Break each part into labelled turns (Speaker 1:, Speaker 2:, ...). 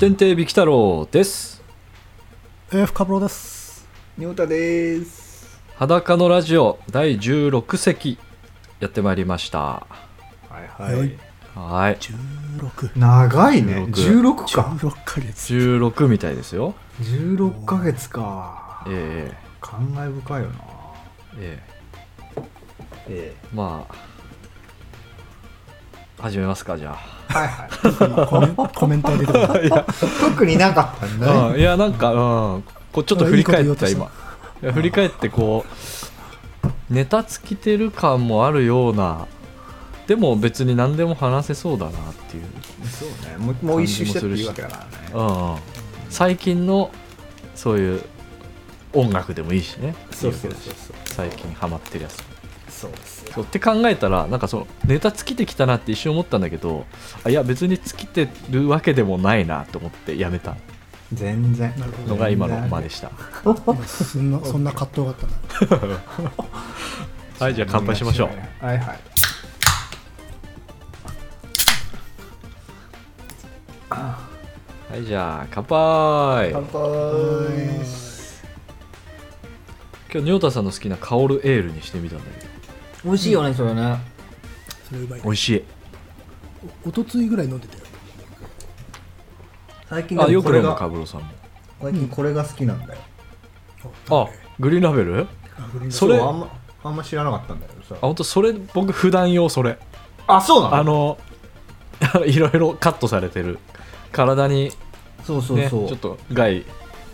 Speaker 1: 天帝ビキ太郎です。
Speaker 2: えー、深風呂です。
Speaker 3: ニョータです。
Speaker 1: 裸のラジオ第16席やってまいりました。
Speaker 3: はい
Speaker 2: は
Speaker 3: はいい。
Speaker 1: はい。
Speaker 2: 16。
Speaker 3: 長いね。
Speaker 1: 16
Speaker 3: 16か。
Speaker 2: 16ヶ月。
Speaker 1: 16みたいですよ。
Speaker 3: 16ヶ月か。
Speaker 1: え
Speaker 3: 感慨深いよな。
Speaker 1: えええ
Speaker 3: え
Speaker 1: まあ、始めますか、じゃあ。
Speaker 3: え。はいはい。
Speaker 2: コメンコメントが出てくる。
Speaker 1: いや、
Speaker 3: 特になかったんだね。
Speaker 1: いやなんか、うん、こうちょっと振り返
Speaker 2: いい
Speaker 1: っ
Speaker 2: こと
Speaker 1: た、
Speaker 2: 言おう
Speaker 1: 今。いや振り返って、こう、ネタつきてる感もあるような、でも別に何でも話せそうだなっていう。
Speaker 3: そうね。もうもう一周してっていいわけだからね。
Speaker 1: うんうん、最近のそういう音楽でもいいしね
Speaker 3: そうそうそうそう。
Speaker 1: 最近ハマってるやつ
Speaker 3: そうですよ。
Speaker 1: そうって考えたらなんかそのネタ尽きてきたなって一瞬思ったんだけどあいや別に尽きてるわけでもないなと思ってやめた
Speaker 3: 全然。
Speaker 2: なるほど
Speaker 1: のが今のまでした
Speaker 2: 今そんな、そんな葛藤があったな。
Speaker 1: はいじゃあ乾杯しましょう
Speaker 3: はいはい。
Speaker 1: はいじゃあ乾杯
Speaker 3: 乾
Speaker 1: 今
Speaker 3: 杯。
Speaker 1: 日ニョータさんの好きな香るエールにしてみたんだけど
Speaker 3: 美味しいよね、それね。
Speaker 2: それうまいね
Speaker 1: 美味しい
Speaker 2: おとついぐらい飲んでたよ。
Speaker 3: 最近
Speaker 1: あ
Speaker 3: でも
Speaker 1: よ
Speaker 3: こ
Speaker 1: く飲
Speaker 3: れ
Speaker 1: むカ
Speaker 3: が、
Speaker 1: ブロさんも
Speaker 3: 最近これが好きなんだよ。
Speaker 1: あグリーンラベル
Speaker 2: あ、グリーン
Speaker 1: それ
Speaker 3: うあんま、あんま知らなかったんだけど
Speaker 1: あ
Speaker 3: さ。
Speaker 1: 本当それ僕普段用それ
Speaker 3: あ、そう
Speaker 1: あの いろいろカットされてる体に、
Speaker 3: そうそう
Speaker 1: ね、
Speaker 3: そう。
Speaker 1: ちょっと害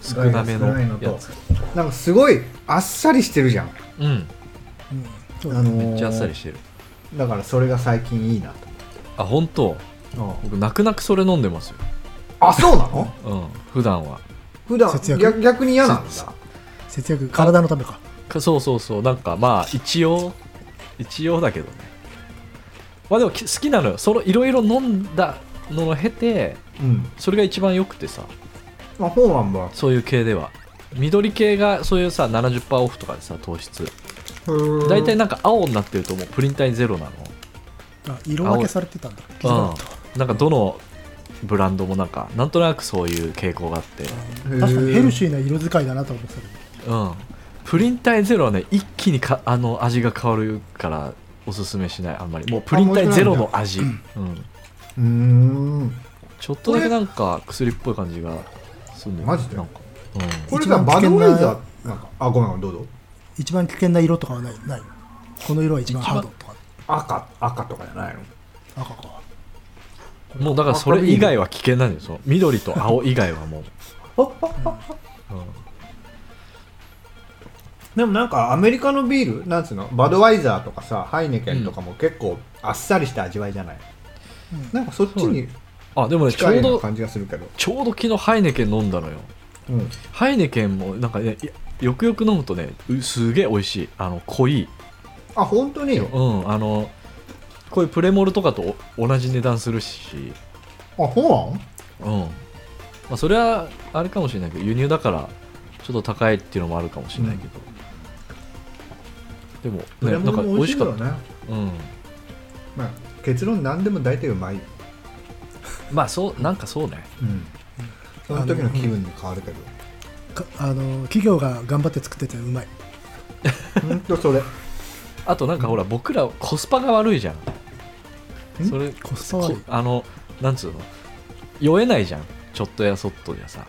Speaker 1: 少なめの
Speaker 3: 害が少ないのと
Speaker 1: やつ
Speaker 3: なんかすごいあっさりしてるじゃん、
Speaker 1: うん
Speaker 2: うん。そう
Speaker 3: あのー
Speaker 1: めっちゃあっさりしてる
Speaker 3: だからそれが最近いいな
Speaker 1: あ本当
Speaker 3: と
Speaker 1: 僕泣く泣くそれ飲んでますよ、
Speaker 3: あそうなの
Speaker 1: うん、 普段は
Speaker 3: 普段
Speaker 2: 節約
Speaker 3: 逆逆に嫌なんだ
Speaker 2: 節約、体のためか。
Speaker 1: かそうそうそうなんかまあ一応一応だけどねまあでもき好きなのよそのいろいろ飲んだのを経て
Speaker 3: うん
Speaker 1: それが一番良くてさ
Speaker 3: まあそうなんだへ
Speaker 1: そういう系では緑系がそういうさ70%オフとかでさ糖質
Speaker 3: ー
Speaker 1: 大体なんか青になってるともうプリン体ゼロなの
Speaker 2: あ、色分けされてたんだ。気づかなかった
Speaker 1: なんかどのブランドもなんかなんとなくそういう傾向があって、
Speaker 3: へー
Speaker 2: 確かにヘルシーな色使いだなと思ってたけど
Speaker 1: うん、プリン体ゼロはね一気にかあの味が変わるからおすすめしないあんまりもうプリン体ゼロの味、うん
Speaker 3: うーん
Speaker 1: ちょっとだけなんか薬っぽい感じがするんだよね
Speaker 3: マジで
Speaker 1: なんか、うん、
Speaker 3: これ
Speaker 2: 一
Speaker 3: さ
Speaker 2: 番
Speaker 3: バ
Speaker 2: 危険
Speaker 3: ド
Speaker 2: な
Speaker 3: ワイザーなんかあごめんごめんどうぞ
Speaker 2: 一番危険な色とかはない。ない。この色は一番ハードとか。
Speaker 3: 赤赤とかじゃないの
Speaker 2: 赤か。
Speaker 1: もうだからそれ以外は危険なんですよ緑と青以外はもう、うん
Speaker 3: でもなんかアメリカのビールなんつうのバドワイザーとかさハイネケンとかも結構あっさりした味わいじゃない、
Speaker 2: うん
Speaker 3: なんかそっちに
Speaker 1: あでもねちょ
Speaker 3: 近いうような
Speaker 1: ど
Speaker 3: 感じがするけど、
Speaker 1: ちょうど昨日ハイネケン飲んだのよ
Speaker 3: うん、
Speaker 1: ハイネケンもなんかねいやよくよく飲むとねうすげえ美味しいあの濃い
Speaker 3: あ本当によ
Speaker 1: うんあのこういうプレモルとかとお同じ値段するし
Speaker 3: あほ
Speaker 1: うんまあそれはあれかもしれないけど輸入だからちょっと高いっていうのもあるかもしれないけど、で
Speaker 3: う
Speaker 1: も
Speaker 3: な
Speaker 1: ね
Speaker 3: ん
Speaker 1: なんか美味しか
Speaker 3: よ
Speaker 1: った
Speaker 3: ね
Speaker 1: うん
Speaker 3: まあ、結論何でも大体うまいよ、
Speaker 1: まあそうなんかそうね
Speaker 3: その時の気分で変わるけど
Speaker 2: かあのー企業が頑張って作っててうまい。
Speaker 3: ほんと それ
Speaker 1: あとなんかほら僕らコスパが悪いじゃん
Speaker 3: ん
Speaker 1: それ
Speaker 2: コスパ悪い
Speaker 1: こあのなんつうの酔えないじゃんちょっとやそっとじゃさ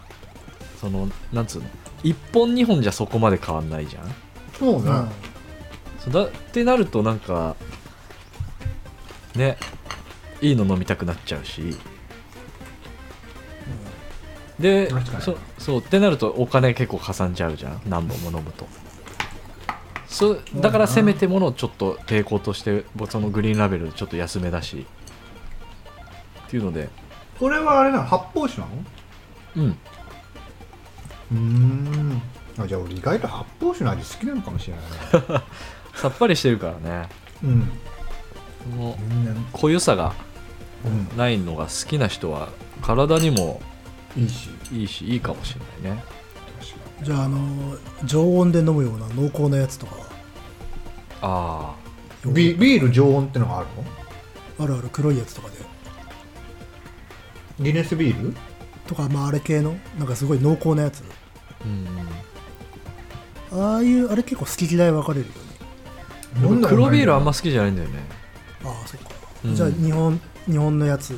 Speaker 1: そのなんつうの1本2本じゃそこまで変わんないじゃん
Speaker 3: そうね、
Speaker 2: うん
Speaker 1: そうだってなるとなんかねいいの飲みたくなっちゃうし、で
Speaker 3: 確かに
Speaker 1: そそうってなるとお金結構かさんじゃうじゃん何本も飲むとそうだからせめてものをちょっと抵抗としてそのグリーンラベルちょっと安めだしっていうので
Speaker 3: これはあれなの発泡酒なの
Speaker 1: うん
Speaker 3: うーんあじゃあ俺意外と発泡酒の味好きなのかもしれないね
Speaker 1: さっぱりしてるからね
Speaker 3: うん
Speaker 1: その
Speaker 3: 全然
Speaker 1: 濃ゆさが
Speaker 3: う
Speaker 1: ないのが好きな人は体にも
Speaker 3: んいいし
Speaker 1: いいしいいかもしれないね
Speaker 2: じゃあ、あのー常温で飲むような濃厚なやつとかは
Speaker 1: ああ
Speaker 3: ビビール常温ってのがあるの
Speaker 2: あるある黒いやつとかで
Speaker 3: ギネスビール
Speaker 2: とか、まあ、あれ系のなんかすごい濃厚なやつ
Speaker 1: うん
Speaker 2: ああいうあれ結構好き嫌い分かれるよね
Speaker 3: どんなの
Speaker 1: 黒ビールあんま好きじゃないんだよね
Speaker 2: ああそっか、
Speaker 1: うん
Speaker 2: じゃあ日本日本のやつ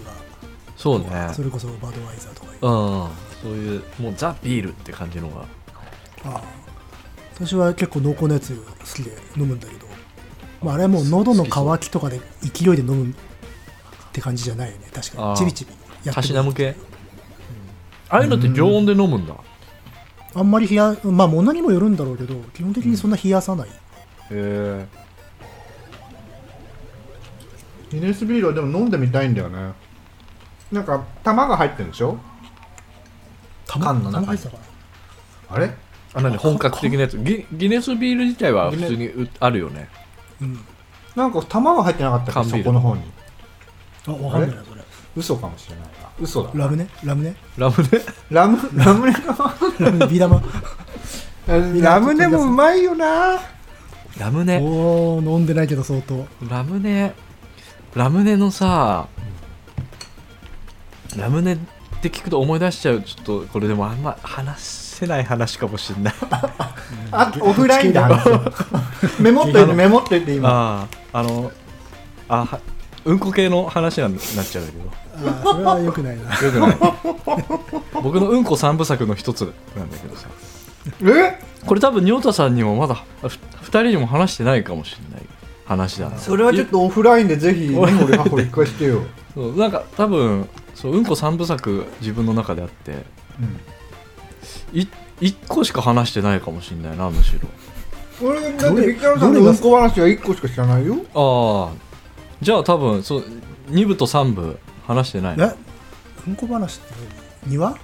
Speaker 1: そうね
Speaker 2: がそれこそバドワイザーとかいう
Speaker 1: うんそういうもうザ・ビールって感じのが
Speaker 2: ああ私は結構濃厚なやつ好きで飲むんだけど、まあ、あれはもう喉の渇きとかで勢いで飲むって感じじゃないよね確か
Speaker 1: ああ
Speaker 2: にチビチビや
Speaker 1: た
Speaker 2: って
Speaker 1: し
Speaker 2: る
Speaker 1: なむ系、ああいうのって常温で飲むんだ
Speaker 2: あんまり冷やまあ物にもよるんだろうけど基本的にそんな冷やさない、
Speaker 1: へえ
Speaker 3: ギネスビールはでも飲んでみたいんだよねなんか玉が入ってるんでしょ缶の中に
Speaker 2: 入ってたかな
Speaker 3: あれ
Speaker 1: あなんで本格的なやつギギネスビール自体は普通にうあるよね
Speaker 2: うん
Speaker 3: なんか玉が入ってなかったっ
Speaker 1: 缶
Speaker 3: け
Speaker 1: ビー
Speaker 3: そ
Speaker 1: ル
Speaker 3: この方に
Speaker 2: あわかんないなそれ
Speaker 3: 嘘かもしれないな嘘だ
Speaker 2: ラムネラムネ
Speaker 1: ラムネ
Speaker 3: ラムラムネか
Speaker 2: ラム ネビー玉
Speaker 3: ラムネもうまいよな
Speaker 1: ラムネ
Speaker 2: おお飲んでないけど相当
Speaker 1: ラムネラムネのさラムネって聞くと思い出しちゃうちょっとこれでもあんま話せない話かもしれない
Speaker 3: あオフラインだメモっといてメモっといて今
Speaker 1: あああのあはうんこ系の話になっちゃうんだけど
Speaker 2: ああそれはよくないな
Speaker 1: よくない僕のうんこ三部作の一つなんだけどさ
Speaker 3: え
Speaker 1: これ多分仁太さんにもまだふ2人にも話してないかもしれない話だな
Speaker 3: それはちょっとオフラインでぜ ひ根掘り葉掘り聞かしてよ、
Speaker 1: そうなんか多分そううんこ三部作自分の中であってい1個しか話してないかもしれないなむしろ
Speaker 3: 俺だってビキャラさん
Speaker 2: ど
Speaker 3: の
Speaker 2: れ
Speaker 3: う
Speaker 2: が
Speaker 3: んこ話は1個しか知らないよ
Speaker 1: ああじゃあ多分そう2部と3部話してないな
Speaker 2: えうんこ話って何庭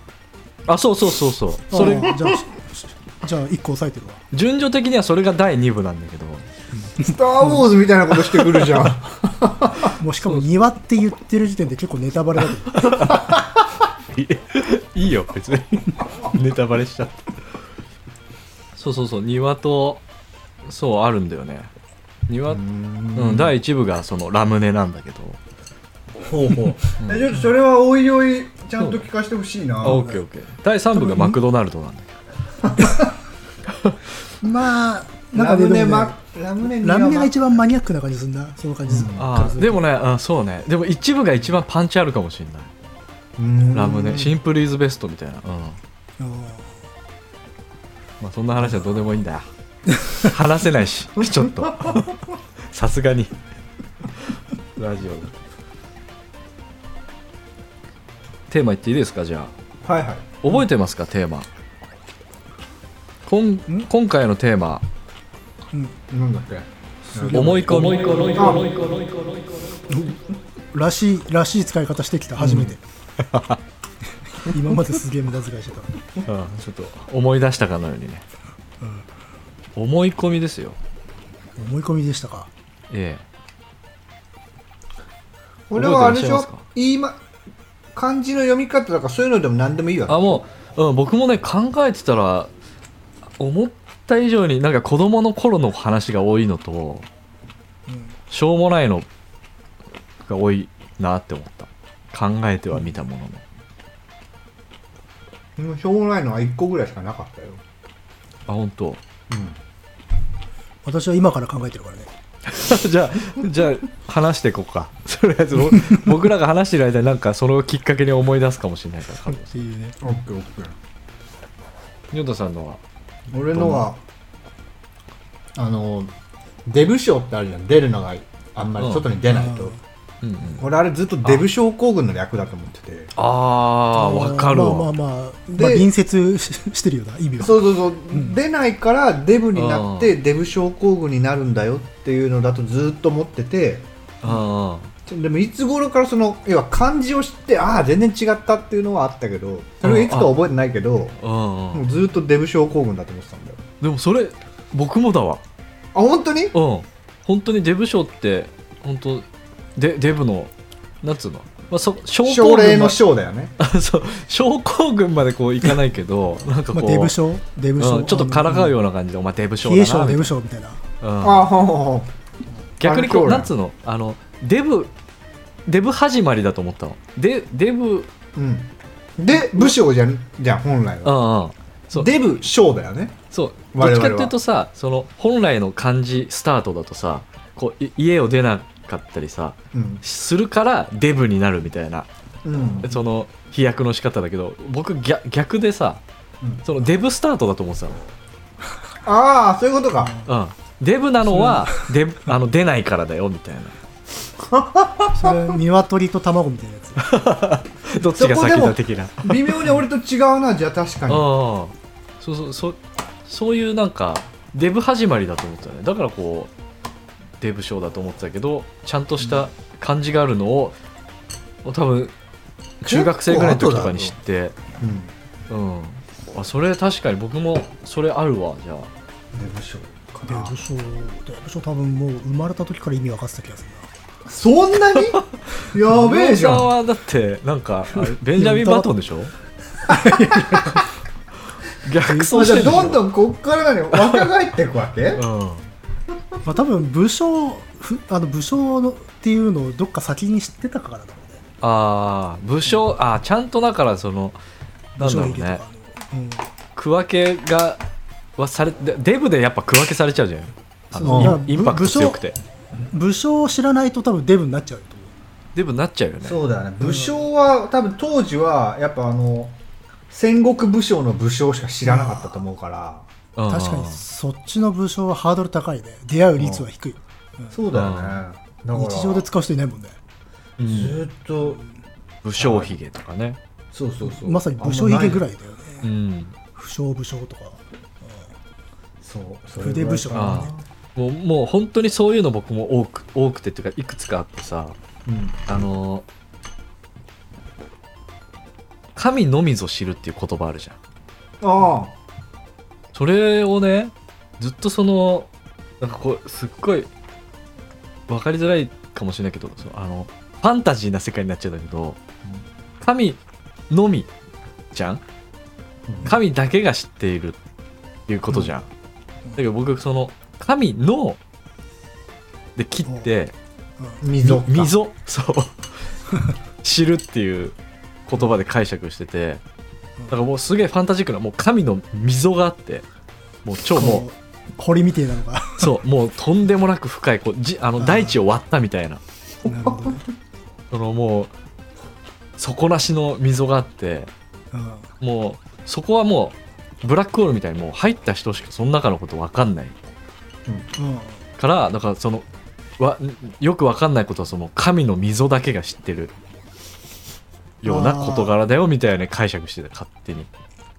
Speaker 1: あそうそうそうそうそれ
Speaker 2: ああじゃあししじゃあ1個押さえてるわ
Speaker 1: 順序的にはそれが第2部なんだけど
Speaker 3: 「スター・ウォーズ」みたいなことしてくるじゃん
Speaker 2: もうしかも庭って言ってる時点で結構ネタバレだけど
Speaker 1: いいよ別 にネタバレしちゃってそうそうそう庭とそうあるんだよね庭うん、第1部がそのラムネなんだけど
Speaker 3: ほうほうえちょっとそれはおいおいちゃんと聞かしてほしいな
Speaker 1: あオッケーオッケー第3部がマクドナルドなんだけど
Speaker 2: まあなん
Speaker 3: ラ
Speaker 2: かね
Speaker 3: ムネ
Speaker 2: でもね
Speaker 3: マラムネ
Speaker 2: ラムネが一
Speaker 3: 番
Speaker 2: 番マニアックな感じするなその感じする
Speaker 1: あーでもねあそうねでも1部が一番パンチあるかもしれないラムネシンプルイズベストみたいな、うん
Speaker 2: あ
Speaker 1: まあ、そんな話はどうでもいいんだよ話せない しちょっとさすがにラジオだテーマ言っていいですかじゃあ
Speaker 3: はいはい
Speaker 1: 覚えてますかテーマこん今回のテーマ
Speaker 2: ーうん
Speaker 3: なんだっけ
Speaker 1: 思い込み
Speaker 2: らしいらしい使い方してきた初めて、 今まですげえ無駄遣いしてた
Speaker 1: うんちょっと思い出したかのようにね、思い込みですよ
Speaker 2: 思い込みでしたか
Speaker 1: え
Speaker 3: これはあれでし
Speaker 1: 覚えてらっしゃいま
Speaker 3: ょ
Speaker 1: すか
Speaker 3: 言いま漢字の読み方とかそういうのでも何でもいい
Speaker 1: え
Speaker 3: わ
Speaker 1: あもう、うん、僕もね考えてたら思った以上になんか子供の頃の話が多いのとしょうもないのが多いなって思った考えては見たものの、
Speaker 3: うんしょうもないのは1個ぐらいしかなかったよ
Speaker 1: あ本当
Speaker 2: 私は今から考えてるからね
Speaker 1: じゃあじゃあ話していこうかとりあえずぼ僕らが話してる間になんかそれをきっかけに思い出すかもしれないから
Speaker 2: っていうね
Speaker 3: オッケーオッケー
Speaker 1: ニョタさんのは
Speaker 3: 俺のはあのデブ症ってあるじゃん出るのがあんま
Speaker 1: う
Speaker 3: り
Speaker 1: ん
Speaker 3: 外に出ないと、
Speaker 1: うん
Speaker 2: うん
Speaker 1: うん
Speaker 3: 俺あれずっとデブ症候群の略だと思ってて
Speaker 1: ああわかる
Speaker 2: ま
Speaker 1: わ、
Speaker 2: あまあまあ、
Speaker 3: で
Speaker 2: まあ、隣接ししてるよな意味は
Speaker 3: そうそうそう、出ないからデブになってデブ症候群になるんだよっていうのだとずっと思ってて
Speaker 1: あ
Speaker 3: ちょでもいつ頃からその要は漢字を知ってああ全然違ったっていうのはあったけどそれはいつかは覚えてないけど
Speaker 1: あうんう
Speaker 3: も
Speaker 1: ん
Speaker 3: うずっとデブ症候群だと思ってたんだよ
Speaker 1: でもそれ僕もだわ
Speaker 3: あ本当に
Speaker 1: うん本当にデブ賞って本当でデブのなんつうの、まあ、そ症
Speaker 3: 症
Speaker 1: 候
Speaker 3: 例
Speaker 1: 群
Speaker 3: の
Speaker 1: ま
Speaker 3: 症だよね
Speaker 1: そう症候群までこういかないけどなんかこ
Speaker 2: まあ、
Speaker 1: う、
Speaker 2: デブ症デブ
Speaker 1: う
Speaker 2: 症
Speaker 1: んちょっとからかうような感じで、お前デブ賞だ
Speaker 2: 冷え症
Speaker 1: なみ
Speaker 2: デ
Speaker 1: た
Speaker 2: ブ
Speaker 1: い
Speaker 2: 症みたいな
Speaker 1: な、うん
Speaker 3: ああほうほうほう
Speaker 1: 逆にこう
Speaker 3: あ
Speaker 1: な
Speaker 3: の
Speaker 1: んつうのあのデブデブ始まりだと思ったのでデブ
Speaker 3: うん
Speaker 4: で武将じゃんじゃん本来
Speaker 1: う
Speaker 4: は
Speaker 1: んうんそう
Speaker 4: デブ将だよね
Speaker 1: そうどっ
Speaker 4: 我々
Speaker 1: ち
Speaker 4: は
Speaker 1: かっていうとさその本来の漢字スタートだとさこうい家を出なかったりさ
Speaker 4: うん、
Speaker 1: するからデブになるみたいな
Speaker 4: うん
Speaker 1: その飛躍の仕方だけど僕逆逆でさ
Speaker 4: うん
Speaker 1: そのデブスタートだと思ってた
Speaker 4: ああそういうことか
Speaker 1: の、うん、デブなのは デブあの出ないからだよみたいな
Speaker 2: それ鶏と卵みたいなやつ
Speaker 1: どっちが先だ的な
Speaker 4: 微妙に俺と違うなじゃあ確かに
Speaker 1: ああそうそうそうそういうなんかデブ始まりだと思ってたねだからこうデブ賞だと思ってたけどちゃんとした感じがあるのを多分中学生ぐらいの時とかに知って
Speaker 4: うん
Speaker 1: うんあそれ確かに僕もそれあるわじゃあ
Speaker 4: デブ将か
Speaker 2: デブ賞デブ賞多分もう生まれた時から意味分かってた気がする
Speaker 4: そんな にやべえじゃ
Speaker 1: 小
Speaker 4: ん
Speaker 1: 川さんはだってなんかあれベンジャミン・バトンでしょ 逆走
Speaker 4: じ
Speaker 1: し
Speaker 4: ゃあ
Speaker 1: てるでしょ
Speaker 4: どんどんこっから何若返っていくわけ
Speaker 1: うん
Speaker 2: な、まあ、多分武将ふあの武将のっていうのをどっか先に知ってたからだろうね
Speaker 1: ああ武将あーちゃんとだからそのなんだろう
Speaker 2: 武将
Speaker 1: ね
Speaker 2: のうん
Speaker 1: 区分けがはされでデブでやっぱ区分けされちゃうじゃんあの
Speaker 2: そう
Speaker 1: インインパクト強くて
Speaker 2: 武将を知らないと多分デブになっちゃうと思
Speaker 1: デブになっちゃうよね
Speaker 4: そうだね武将は多分当時はやっぱあの戦国武将の武将しか知らなかったと思うから
Speaker 1: うん
Speaker 2: う確かにそっちの武将はハードル高いね出会う率は低い、
Speaker 4: そうだよねだから
Speaker 2: 日常で使う人いないもんね
Speaker 4: ずーっと
Speaker 1: 武将ひげとかね
Speaker 4: そうそうそう
Speaker 2: まさに武将ひげぐら
Speaker 4: い
Speaker 2: いだよね
Speaker 1: うん
Speaker 2: 不祥武将とか
Speaker 4: そうそれぐらい
Speaker 2: 筆武将と
Speaker 1: あ
Speaker 2: かね
Speaker 1: もうもう本当にそういうの僕も多く多くてっていうかいくつかあってさ
Speaker 4: うん
Speaker 1: あのー神のみぞ知るっていう言葉あるじゃん
Speaker 4: あ
Speaker 1: それをねずっとそのなんかこうすっごい分かりづらいかもしれないけどそうあのファンタジーな世界になっちゃうんだけど、神のみじゃん
Speaker 4: あ
Speaker 1: 神だけが知っているっていうことじゃん、だけど僕その神ので切って
Speaker 4: 溝か
Speaker 1: 溝そう 知るっていう言葉で解釈しててだからもうすげえファンタジックなもう神の溝があってもう超もう
Speaker 2: こう堀みてえなのが
Speaker 1: そうもうとんでもなく深いこうじあの
Speaker 2: あー
Speaker 1: 大地を割ったみたいな
Speaker 2: なるほどね
Speaker 1: そのもう底なしの溝があって
Speaker 2: うん
Speaker 1: もうそこはもうブラックホールみたいにもう入った人しかその中のこと分かんない
Speaker 2: うん
Speaker 1: からだからそのわよく分かんないことはその神の溝だけが知ってるような事柄だよみたいな解釈してた勝手に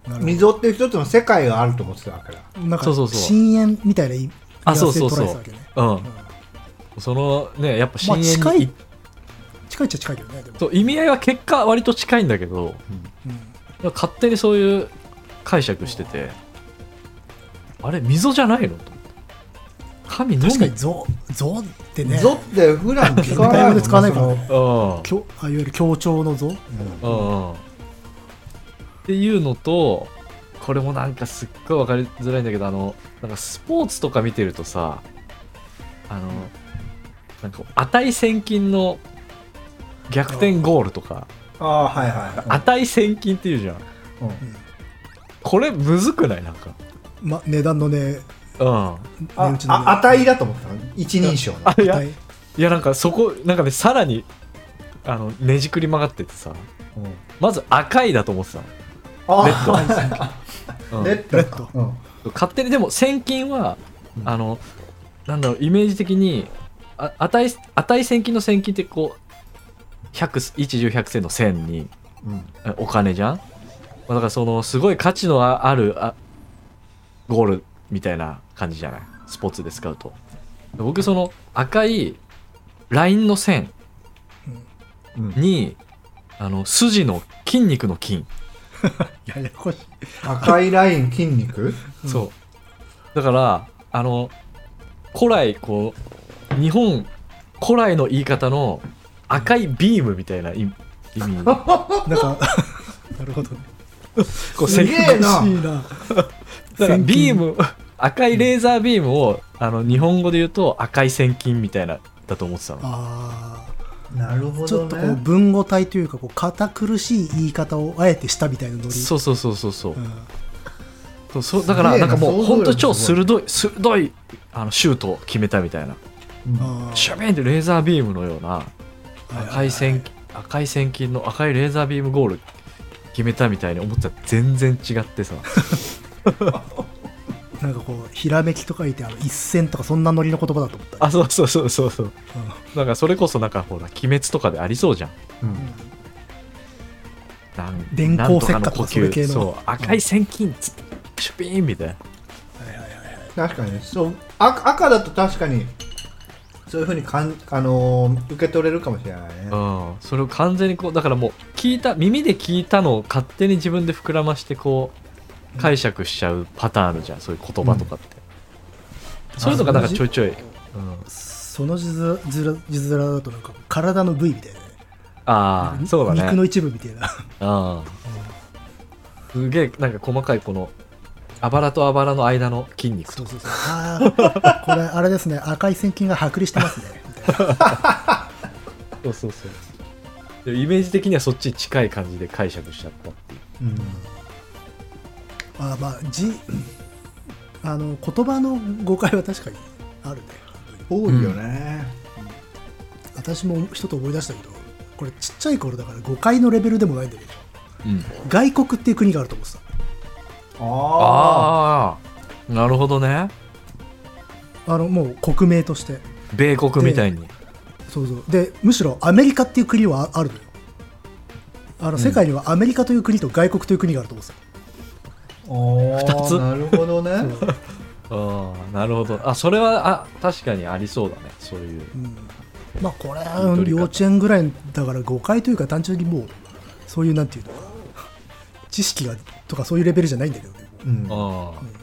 Speaker 2: なるほど
Speaker 4: 溝っていう一つの世界があると思ってたわけだ
Speaker 2: なんか
Speaker 1: そうそうそう
Speaker 2: 深淵みたいな意味合
Speaker 1: あ
Speaker 2: わ
Speaker 1: そう
Speaker 2: せ
Speaker 1: そ
Speaker 2: で
Speaker 1: う
Speaker 2: 捉
Speaker 1: そ
Speaker 2: えてたわ
Speaker 1: う
Speaker 2: けね
Speaker 1: うんそのねやっぱ深淵に、
Speaker 2: まあ近い近いっちゃ近いけどねでも
Speaker 1: そう意味合いは結果割と近いんだけど
Speaker 2: うん
Speaker 1: 勝手にそういう解釈しててあれ溝じゃないのと思って神のみ
Speaker 2: 確かに象象ってね
Speaker 4: 溝って普段使わない
Speaker 2: タイ
Speaker 4: もん
Speaker 2: ムで使わないから
Speaker 4: そ
Speaker 2: ね
Speaker 1: うん
Speaker 2: 強あいわゆる協調の像
Speaker 1: うんうんっていうのとこれもなんかすっごい分かりづらいんだけどあのなんかスポーツとか見てるとさあのなんか値千金の逆転ゴールとか
Speaker 4: のああはいは
Speaker 1: 値千金っていうじゃん
Speaker 4: い、うん
Speaker 1: これむずくないなんか
Speaker 2: ま値段のね
Speaker 1: うん
Speaker 2: 値打
Speaker 4: あ
Speaker 2: ちのね
Speaker 4: あ値だと思ってたの一人称の
Speaker 1: あいや
Speaker 2: 値
Speaker 1: いやなんかそこなんかねさらにあのねじくり曲がっててさ
Speaker 4: うん
Speaker 1: まず赤いだと思ってた
Speaker 4: あ
Speaker 1: レッドの、うん
Speaker 4: レッドかうん
Speaker 1: 勝手にでも千金は、
Speaker 4: うん
Speaker 1: あのなんだろうイメージ的にあ値値千金の千金ってこう1010100千の千に
Speaker 4: うん
Speaker 1: えお金じゃん、まあだからそのすごい価値のああるあゴールみたいな感じじゃないスポーツで使うと僕その赤いラインの線
Speaker 4: うん
Speaker 1: にあの筋の筋肉の筋、
Speaker 2: ややこしい
Speaker 4: 赤いライン筋肉
Speaker 1: そうだからあの古来こう日本古来の言い方の赤いビームみたいな意味意味
Speaker 2: なんか なるほどね
Speaker 1: こう
Speaker 4: すげえな
Speaker 2: 欲しい
Speaker 1: だ
Speaker 2: な
Speaker 1: からビーム赤いレーザービームをあの日本語で言うと赤い千金みたいなだと思ってたの
Speaker 2: あ
Speaker 3: なるほ
Speaker 2: ちょ
Speaker 3: ど
Speaker 2: っとこう
Speaker 3: ね
Speaker 2: 文語体というかこう堅苦しい言い方をあえてしたみたいなノリ
Speaker 1: そうそうそうそうそう
Speaker 2: うん、
Speaker 1: そうそうだから
Speaker 3: すげ
Speaker 1: な
Speaker 3: えなん
Speaker 1: かもう
Speaker 3: 想像
Speaker 1: 本
Speaker 3: 力
Speaker 1: 当に超
Speaker 3: すごい
Speaker 1: 鋭い鋭いあのシュートを決めたみたいな
Speaker 2: あー
Speaker 1: シュメンでレーザービームのような
Speaker 2: はいはい
Speaker 1: 赤い線赤い線金の赤いレーザービームゴール決めたみたいに思ってたら全然違ってさ
Speaker 2: なんかこうひらめきとか言ってあの一線とかそんなノリの言葉だと思った
Speaker 1: あそうそうそうそうそう
Speaker 2: うん
Speaker 1: なんかそれこそなんかほら鬼滅とかでありそうじゃん
Speaker 3: うん
Speaker 1: なん
Speaker 2: 電光石火
Speaker 1: な
Speaker 2: とか
Speaker 1: ん呼吸
Speaker 2: それ系の
Speaker 1: そう赤い線金つってシュピーンみたいな
Speaker 3: 確かにねそう赤赤だと確かにそういうふうにかん、あのー受け取れるかもしれないね
Speaker 1: うん、それを完全にこうだからもう聞いた耳で聞いたのを勝手に自分で膨らましてこう解釈しちゃうパターンあるじゃんそういう言葉とかって、そういうのがなんかちょいちょい、うん、
Speaker 2: その字面字面字面だとなんか体の部位みたいなね
Speaker 1: ああそうだね
Speaker 2: 肉の一部みたい な
Speaker 1: うん、すげえなんか細かいこのあばらとあばらの間の筋肉
Speaker 2: そ
Speaker 1: と
Speaker 2: う
Speaker 1: か
Speaker 2: そうそうああこれあれですね赤い線菌が剥離してます ねみたいな
Speaker 1: そうそうそうでイメージ的にはそっちに近い感じで解釈しちゃったっていう
Speaker 3: うん
Speaker 2: まあまあ字あの言葉の誤解は確かにあるね本当に
Speaker 3: 多いよね、
Speaker 2: 私も一つ思い出したけどこれちっちゃい頃だから誤解のレベルでもないんだけど
Speaker 1: うん、
Speaker 2: 外国っていう国があると思ってた
Speaker 3: ああ
Speaker 1: ああなるほどね
Speaker 2: あのもう国名として
Speaker 1: 米国みたいに
Speaker 2: そうそうでむしろアメリカっていう国はああるのよあの世界にはアメリカという国と外国という国があると思うんですよ、
Speaker 1: 二つ
Speaker 3: なるほ どね
Speaker 1: ああなるほどあそれはあ確かにありそうだねそういう
Speaker 2: うんまあこれ
Speaker 1: い取り方
Speaker 2: 幼稚園ぐらいだから誤解というか単純にもうそういうなんていうのか知識がとかそういうレベルじゃないんだけどね、
Speaker 3: うん
Speaker 1: ああ